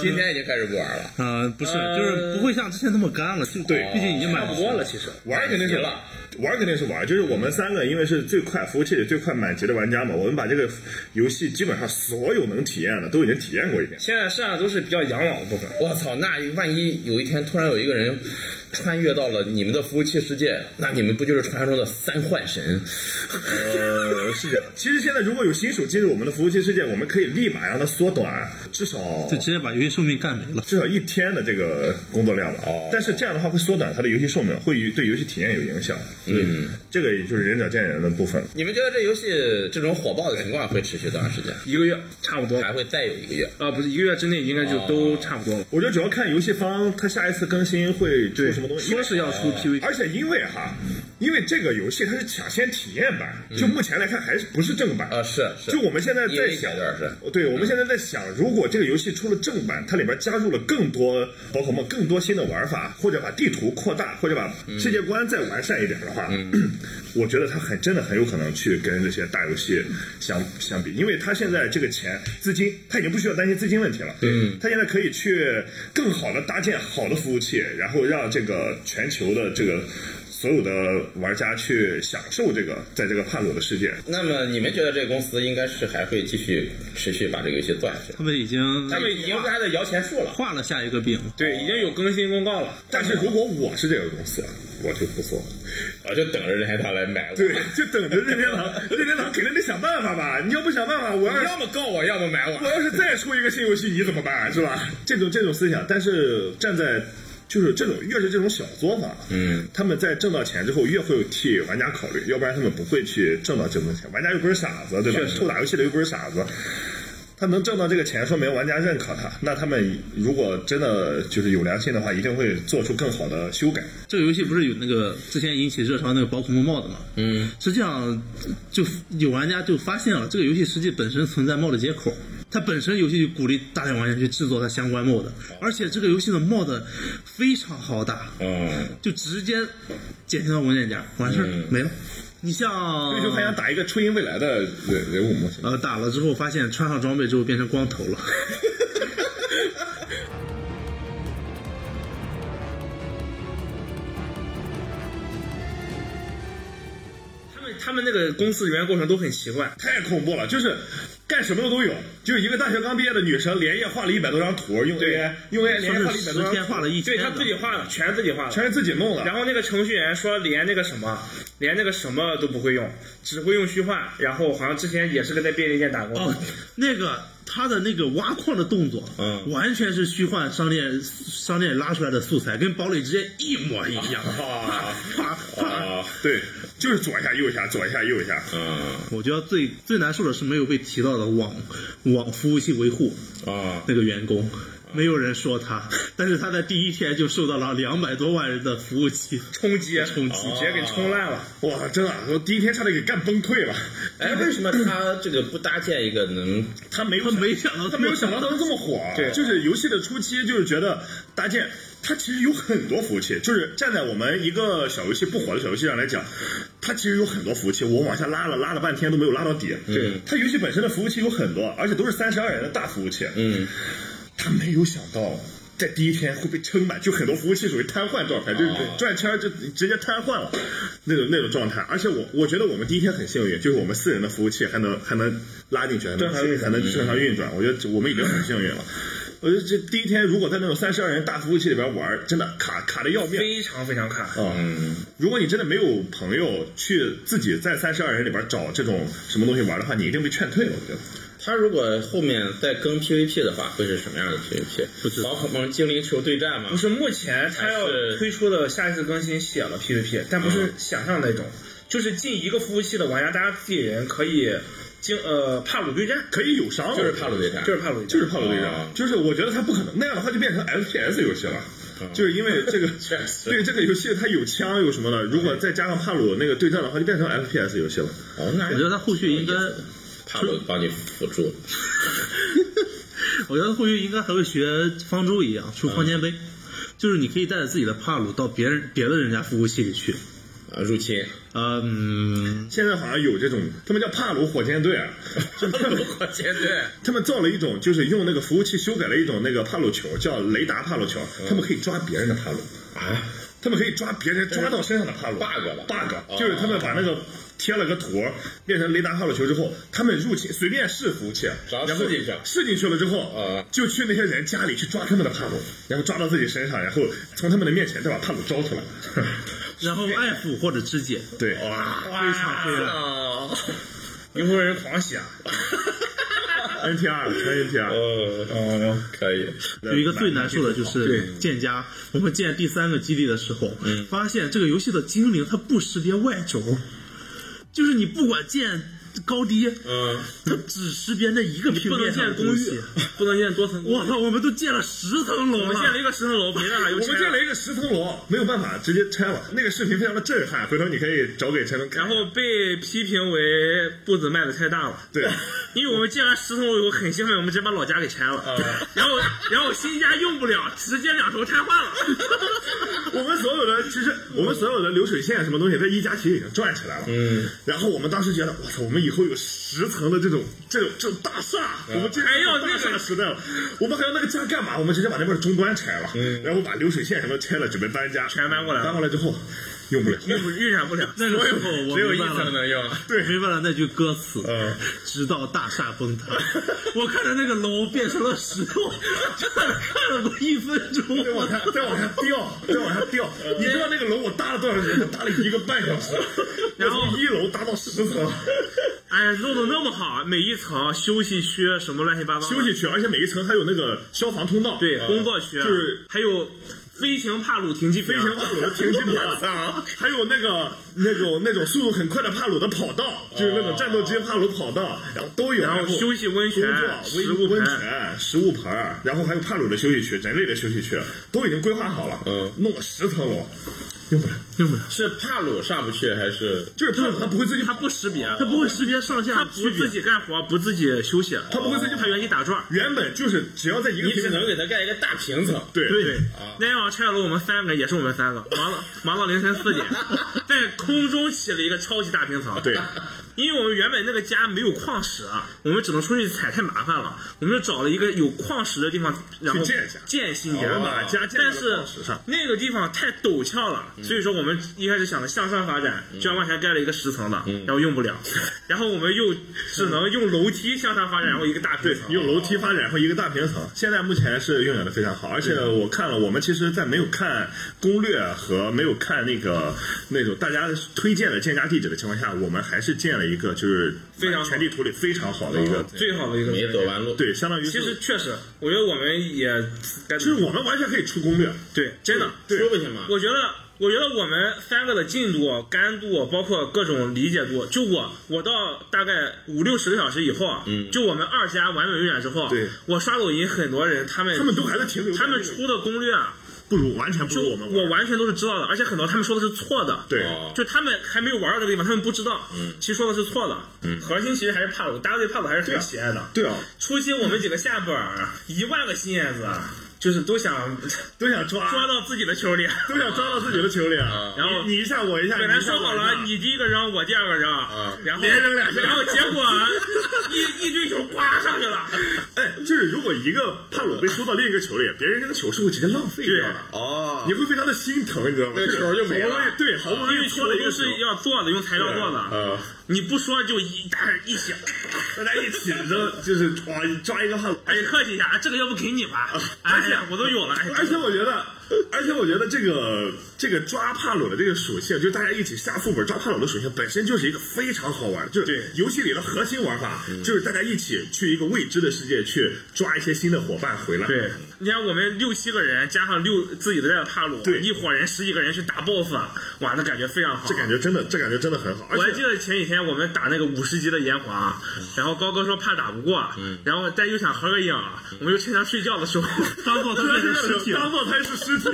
S7: 今天已经开始不玩了，
S8: 啊，不是，就是不会像之前那么干了，就对毕竟已经买不多了，其实
S4: 玩肯定是
S7: 急了，
S4: 玩肯定是玩，就是我们三个因为是最快服务器里最快满级的玩家嘛，我们把这个游戏基本上所有能体验的都已经体验过一遍。
S5: 现在剩下的都是比较养老的部分。
S7: 我操，那万一有一天突然有一个人穿越到了你们的服务器世界，那你们不就是传说中的三幻神？
S4: 呃，是这样。其实现在如果有新手进入我们的服务器世界，我们可以立马让它缩短，至少
S8: 就直接把游戏寿命干没了。
S4: 至少一天的这个工作量吧。啊
S7: 哦
S4: 但是这样的话会缩短它的游戏寿命，会对游戏体验有影响。嗯，这个也就是仁者见仁的部分。
S7: 你们觉得这游戏这种火爆的情况会持续多长时间？
S5: 一个月差不多，
S7: 还会再有一个月？
S5: 啊，不是一个月之内应该就
S8: 哦
S5: 都差不多了。
S4: 我觉得主要看游戏方他下一次更新会出什么东西。
S5: 说是要
S8: 哦
S5: 出 PV，
S4: 而且因为哈，因为这个游戏它是抢先体验版，
S5: 嗯
S4: 就目前来看还是不是正版。
S5: 呃
S7: 啊，是是。
S4: 就我们现在
S7: 因为
S4: 在想
S7: 小段是，
S4: 对，我们现在在想，如果这个游戏出了正版，它里边加入了更多宝可梦、更多新的玩法，或者把地图扩大，或者把世界观再完善一点的话， 我觉得它很真的很有可能去跟这些大游戏相相比，因为它现在这个钱资金，它已经不需要担心资金问题了，对，它现在可以去更好的搭建好的服务器，然后让这个全球的这个。所有的玩家去享受这个，在这个帕鲁的世界，
S7: 那么你们觉得这个公司应该是还会继续持续把这个游戏做下去？
S8: 他们已经
S7: 他们已经开始摇钱树了。
S8: 画了下一个饼，
S5: 对，已经有更新公告了。
S4: 但是如果我是这个公司，我就不做。
S7: 我啊就等着任天堂来买我。
S4: 对，就等着任天 堂，任天堂肯定得想办法吧？你要不想办法，我要是
S7: 要么告我，要么买
S4: 我
S7: 我。
S4: 要是再出一个新游戏，你怎么办？是吧？这种这种思想，但是站在。就是这种，越是这种小作坊，嗯，他们在挣到钱之后，越会替玩家考虑，要不然他们不会去挣到这么多钱。玩家又不是傻子，对吧？臭打游戏的又不是傻子，他能挣到这个钱，说明玩家认可他。那他们如果真的就是有良心的话，一定会做出更好的修改。
S8: 这个游戏不是有那个之前引起热潮那个宝可梦帽子嘛？嗯，实际上就有玩家就发现了这个游戏实际本身存在帽子接口，它它本身游戏就鼓励大量玩家去制作它相关 mod，而且这个游戏的 mod 非常好打，
S1: 嗯，
S8: 就直接剪切到文件夹完事儿、没了。你像
S4: 那时候还想打一个初音未来的人人物模型。
S8: 呃，打了之后发现穿上装备之后变成光头了。
S5: 他们他们那个公司人员过程都很奇怪，
S4: 太恐怖了，就是干什么都有，就一个大学刚毕业的女生连夜画了一百多张图，用 AI 用 AI 连夜画了一
S8: 说是十
S4: 百多张
S8: 天
S4: 图，
S8: 画了一
S5: 对
S8: 天
S5: 他
S8: 的，
S5: 自己画的，全是自己画的，
S4: 全是自己弄的。
S5: 然后那个程序员说连那个什么，连那个什么都不会用，只会用虚化。然后好像之前也是个在便利店打工，
S8: 哦，那个他的那个挖矿的动作，嗯，完全是虚幻商店商店拉出来的素材，跟堡垒之夜一模一样。
S4: 啊
S8: 啪啪！
S4: 啊，对，就是左一下右一下，左一下右一下。
S8: 我觉得最最难受的是没有被提到的网网服务器维护
S1: 啊，
S8: 那个员工。没有人说他，但是他在第一天就受到了两百多万人的服务器
S5: 冲击
S8: 冲击，
S5: 直接给冲烂了。
S4: 哇，真的，我第一天差点给干崩溃了。
S1: 哎，为什么他这个不搭建一个能
S4: 他没有
S8: 他没想到
S4: 他没有想到能这么火、啊。
S5: 对
S4: 就是游戏的初期，就是觉得搭建，它其实有很多服务器。就是站在我们一个小游戏不火的小游戏上来讲，它其实有很多服务器，我往下拉了拉了半天都没有拉到底。对，它游戏本身的服务器有很多，而且都是三十二人的大服务器。嗯，他没有想到。在第一天会被撑满，就很多服务器属于瘫痪状态，
S5: 哦
S4: 就是转圈儿就直接瘫痪了，那种那种状态。而且我我觉得我们第一天很幸运，就是我们四人的服务器还能还能拉进去，还能
S5: 正常运转
S4: 还能正常运转。我觉得我们已经很幸运了。我觉得这第一天如果在那种三十二人大服务器里边玩儿，真的卡卡的要命。
S5: 非常非常
S8: 哦
S5: 卡，
S4: 嗯，如果你真的没有朋友去自己在三十二人里边找这种什么东西玩的话，你一定被劝退了。我觉得
S1: 他如果后面再更 PVP 的话，会是什么样的 PVP？不是宝可梦精灵球对战吗
S5: 不？是目前他要
S1: 还是
S5: 推出的下一次更新写了 PVP，但不是想象那种，就是进一个服务器的玩家，大家自己人可以经呃帕鲁对战，
S4: 可以有伤，
S1: 就是帕鲁对战，
S5: 就是帕鲁对战，
S4: 就是帕鲁队
S1: 哦
S4: 长，就是我觉得他不可能那样的话就变成 FPS 游戏了。就是因为 这个
S1: 哦实
S4: 对这个游戏它有枪有什么的，如果再加上帕鲁那个对战的话，就变成 FPS 游戏了。
S1: 哦，那
S8: 我觉得他后续应该，
S1: 帕鲁帮你辅助。
S8: 我觉得后续应该还会学方舟一样出
S1: 嗯
S8: 空间杯，就是你可以带着自己的帕鲁到别人别的人家服务器里去。
S1: 啊，入侵，
S8: 呃嗯，
S4: 现在好像有这种，他们叫帕鲁火箭队啊，就他们
S1: 火箭队，
S4: 他们造了一种，就是用那个服务器修改了一种那个帕鲁球，叫雷达帕鲁球，
S1: 嗯
S4: 他们可以抓别人的帕鲁啊，他们可以抓别人抓到身上的帕鲁
S1: bug 了
S4: ，bug 就是他们把那个贴了个图变成雷达帕鲁球之后，他们入侵随便试服务器，啊
S1: 只要
S4: 然后
S1: 试进去
S4: 试进去了之
S1: 啊
S4: 后，就去那些人家里去抓他们的帕鲁，然后抓到自己身上，然后从他们的面前再把帕鲁招出来，
S8: 然后爱抚或者肢解，
S4: 对，
S8: 非常非常。
S1: 啊，
S5: 游魂人狂喜啊！
S4: ，NTR 全 NTR，
S1: 哦，可以，
S8: 有一个最难受的就是建家，我们建第三个基地的时候，
S1: 嗯
S8: 发现这个游戏的精灵它不识别外轴，就是你不管建高低，
S1: 嗯，
S8: 它只识别那一个平
S5: 不能
S8: 面上
S5: 建
S8: 的
S5: 公
S8: 东西
S5: 寓。，不能建多层公寓。
S8: 我操，我们都建了十层楼
S5: 我
S8: 了
S5: 们，建了一个十层楼，没办法，又
S4: 我
S5: 拆
S4: 们建了一个十层楼，没有办法，直接拆了。那个视频非常的震撼，回头你可以找给陈龙看。
S5: 然后被批评为步子迈的太大 了。
S4: 对，
S5: 因为我们建完十层楼以后很兴奋，我们直接把老家给拆了，然后然后新家用不了，直接两头拆换 了。
S4: 我们所有的其实我们所有的流水线什么东西，在一家其实已经转起来了。嗯。然后我们当时觉得，我操，我们以后有十层的这种这种这种大厦，
S1: 嗯
S4: 我们这
S5: 还要那个
S4: 大厦时代了，我们还要那个家干嘛？我们直接把那边的终端拆了，
S1: 嗯
S4: 然后把流水线什么拆了，准备搬家，
S5: 全搬过来了
S4: 搬过来之后用不了。
S5: 运转不了，
S8: 那个时候我
S1: 只有一
S8: 明白
S1: 层
S8: 了。
S1: 能用，
S8: 对，明白了那句歌词，
S4: 嗯
S8: 直到大厦崩 塌。我看着那个楼变成了石头， 就在那看了过一分钟。
S4: 再往下，再往下掉，再往下掉。你知道那个楼我搭了多少时间？我搭了一个半小时，然后一楼搭到十层，
S5: 哎呀，弄得那么好，每一层休息区什么乱七八糟的，
S4: 休息区，而且每一层还有那个消防通道，
S5: 对、
S4: 呃
S5: 工作区，
S4: 就是
S5: 还有飞行帕鲁停机
S4: 飞
S5: 坪，
S4: 行帕鲁的停机坪，还有那个那种那种速度很快的帕鲁的跑道，就是那种战斗机帕鲁跑道，然后都有，
S5: 然后休息温泉
S4: 工作、
S5: 食物
S4: 温
S5: 盆
S4: 泉、食物盆儿，然后还有帕鲁的休息区、人类的休息区，都已经规划好了，嗯，弄了十层楼。
S7: 用不了，用不了。是帕鲁上不去还是？
S5: 就是他他不会自己，他不识别，
S9: 他不会识别上
S5: 啊他
S9: 下
S5: 不
S9: 区
S5: 自
S9: 别。
S5: 己干活，不自己休哦息，他
S4: 不会自己
S5: 他原地打转。
S4: 原本就是只要在一个
S7: 你
S4: 平
S7: 只
S4: 台
S7: 能给他盖一个大平层。啊
S4: 对
S5: 对，那天晚上拆楼，我们三个也是我们三个，忙了忙到凌晨四点，在空中起了一个超级大平层。
S4: 对，
S5: 因为我们原本那个家没有矿石啊，我们只能出去采，太麻烦了，我们就找了一个有矿石的地方，然后
S4: 去建一下
S5: 建新家。
S4: 我们把家建在
S5: 但
S4: 了
S5: 是
S4: 矿石上嗯
S5: 那个地方太陡峭了，所以说我们一开始想着向上发展，就往前盖了一个十层的，
S4: 嗯
S5: 然后用 不了，然后我们又只能用楼梯向上发展，然后一个大平
S4: 对，
S5: 层。
S4: 用楼梯发展，然后一个大平层。现在目前是运转的非常好，而且我看了，我们其实，在没有看攻略和没有看那个那种大家推荐的建家地址的情况下，我们还是建了一个就是
S5: 非常好
S4: 全地图里非常好的一个，
S5: 最好的一个
S7: 没走完路。
S4: 对，相当于是
S5: 其实确实，我觉得我们也该
S4: 嗯就是我们完全可以出攻略，
S5: 对，真的，
S7: 说不行吗？
S5: 我觉得，我觉得我们三个的进度、干度，包括各种理解度，就我我到大概五六十个小时以后啊，嗯，就我们二加完美运转之后，啊
S4: 对，
S5: 我刷抖音，很多人他们
S4: 他们都还在停留在
S5: 他
S4: 那
S5: 们
S4: 个
S5: 出的攻略啊，
S4: 不如完全不
S5: 就
S4: 如我们玩
S5: 我完全都是知道的，而且很多他们说的是错的，
S4: 对
S7: 哦
S5: 就他们还没有玩到这个地方，他们不知道，嗯，其实说的是错的，嗯，核心其实还是帕鲁，大家对帕鲁还是很喜爱的，
S4: 对啊，
S5: 初期我们几个下本儿一万个心眼子，就是都想
S4: 都想 抓
S5: 抓到自己的球里，
S4: 都想抓到自己的球里啊，
S5: 然后
S4: 你你一下我一下，
S5: 本来
S4: 你一下
S5: 说
S4: 我
S5: 好
S4: 一下
S5: 了，你第一个扔，我第二个扔，然后
S4: 连扔两下
S5: 然后结果啊一一堆球呱上去了，
S4: 哎，就是如果一个帕鲁被收到另一个球里，别人这个球是会直接浪费掉的。
S7: 哦
S4: 你会非常的心疼，你知道吗？
S7: 那个球就没了
S4: 好不容易对，好不容易
S5: 球
S4: 搓了一
S5: 都
S4: 个
S5: 是要做的，用材料做的，
S4: 啊
S7: 呃，
S5: 你不说就一打一响，
S4: 大家一起扔，就是哇，抓一个帕鲁。
S5: 哎，客气一下，这个要不给你
S4: 啊
S5: 吧？哎呀，我都有了，哎
S4: 而且我觉得，而且我觉得这个这个抓帕鲁的这个属性，就是大家一起下副本抓帕鲁的属性，本身就是一个非常好玩，就是游戏里的核心玩法，
S5: 嗯
S4: 就是大家一起去一个未知的世界去抓一些新的伙伴回来。
S5: 对，你看我们六七个人加上六自己的这个帕鲁，
S4: 对
S5: 一伙人十几个人去打 BOSS，哇，啊那感觉非常好。
S4: 这感觉真的，这感觉真的很好。而
S5: 我还记
S4: 且
S5: 得前几天我们打那个五十级的炎黄，啊然后高哥说怕打不过，啊然后但又想合个影，啊我们就趁他睡觉的时候，嗯当做他是尸体，
S4: 当做他是尸 体，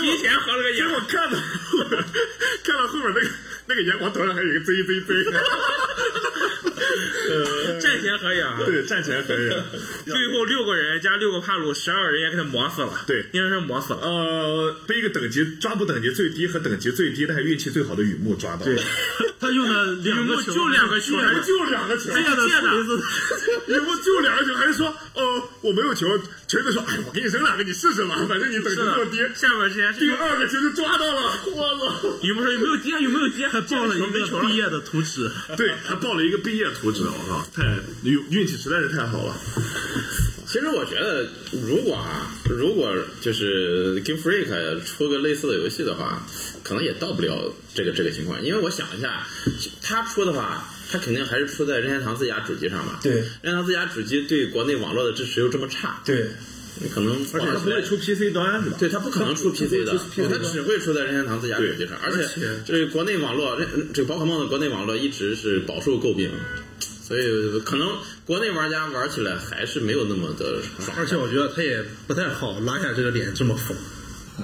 S5: 提前合了个
S4: 结
S5: 影
S4: 果。看到看到后面那个那个炎黄头上还有一个 Z Z Z，
S5: 战前合影，
S4: 对，站起来可以。
S5: 啊最后六个人加六个帕鲁，十二人也给他磨死了，
S4: 对
S5: 应该是磨死了。
S4: 呃，被一个等级抓捕等级最低和等级最低但是运气最好的雨木抓到了，
S9: 他用了两
S5: 雨
S9: 个
S5: 幕
S9: 球，
S5: 就两个 球
S4: 雨木就两个球，
S5: 哎呀借的
S4: 雨木就两个球，还是说哦我没有球，锤子说哎我给你扔两个你试试吧，反正你等级这
S5: 是
S4: 么低，
S5: 的，下面之前
S4: 第
S5: 是
S4: 二个球就抓到了，我操！
S5: 雨木说有没有接，有没有接，还
S9: 报了一
S5: 没球
S9: 个毕业的图纸，
S4: 对，还报了一个毕业图纸，我靠，太运运气实在是太好了。
S7: 其实我觉得，如果啊，如果就是 Game Freak 出个类似的游戏的话，可能也到不了这个这个情况。因为我想一下，他出的话，他肯定还是出在任天堂自家主机上吧？
S10: 对
S7: 任天堂自家主机对国内网络的支持又这么差，
S10: 对，
S7: 可能
S4: 而且他不会出 PC 端是吧？
S7: 对他不可能出 PC 的，对他只会出在任天堂自家主机上，而且这国内网络，任这宝可梦的国内网络一直是饱受诟病，啊所以可能国内玩家玩起来还是没有那么的爽。
S9: 而且我觉得他也不太好拉下这个脸这么疯。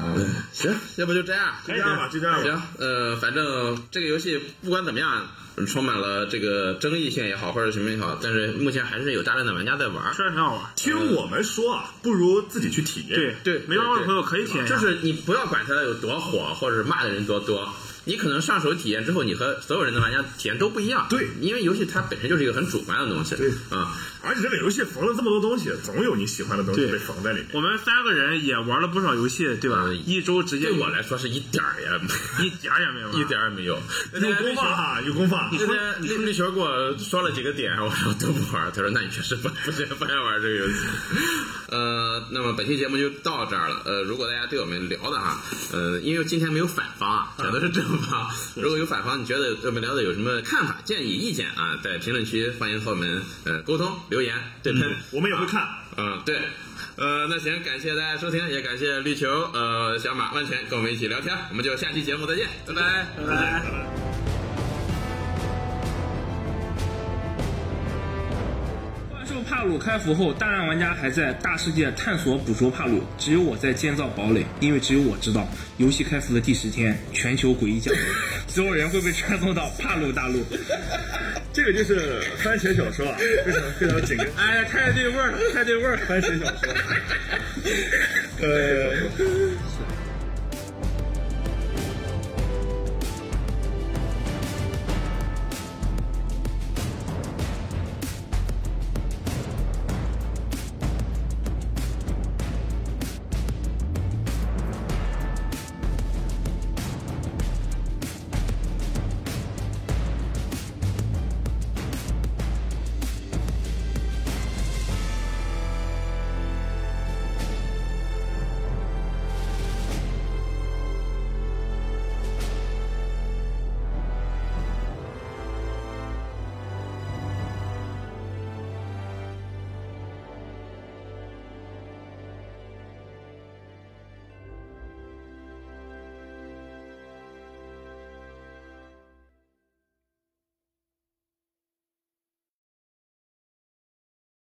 S7: 啊行，要不就这样，
S4: 这样吧，就这样吧。
S7: 行，呃，反正这个游戏不管怎么样，充满了这个争议性也好，或者什么也好，但是目前还是有大量的玩家在玩。
S5: 确实很好玩。
S4: 听我们说啊，不如自己去体验。
S5: 对
S7: 对
S5: 没玩过的朋友可以体验一下。
S7: 就是你不要管它有多火，或者骂的人多多，你可能上手体验之后，你和所有人的玩家体验都不一样。
S4: 对
S7: 因为游戏它本身就是一个很主观的东西。
S4: 对
S7: 啊，
S4: 而且这个游戏缝了这么多东西，总有你喜欢的东西被缝在里面。
S5: 我们三个人也玩了不少游戏，对吧？
S7: 嗯
S5: 一周直接
S7: 对我来说是一点儿也
S5: 一点儿也没玩，
S7: 一点儿也没 有。啊
S4: 有功放哈，有功啊放。
S7: 那天那那球给我说了几个点，我说都不玩，他说那你确实不不是不爱玩这个游戏。 呃，那么本期节目就到这儿了。呃，如果大家对我们聊的哈，呃，因为今天没有反方啊，全都是正方。如果有反方，你觉得对我们聊的有什么看法、建议、意见啊，在评论区欢迎和我们呃沟通、留言、对喷。
S4: 我们也会看。
S7: 嗯，对。呃，那行，感谢大家收听，也感谢绿球、呃小马、万全跟我们一起聊天，我们就下期节目再见，拜拜。
S5: 怪兽帕鲁开服后，大量玩家还在大世界探索捕捉帕鲁，只有我在建造堡垒，因为只有我知道，游戏开服的第十天，全球诡异降临，所有人会被传送到帕鲁大陆。
S4: 这个就是番茄小说啊，非常非常紧跟。
S5: 哎呀，太对味儿了，太对味儿了。
S4: 番茄小说，呃，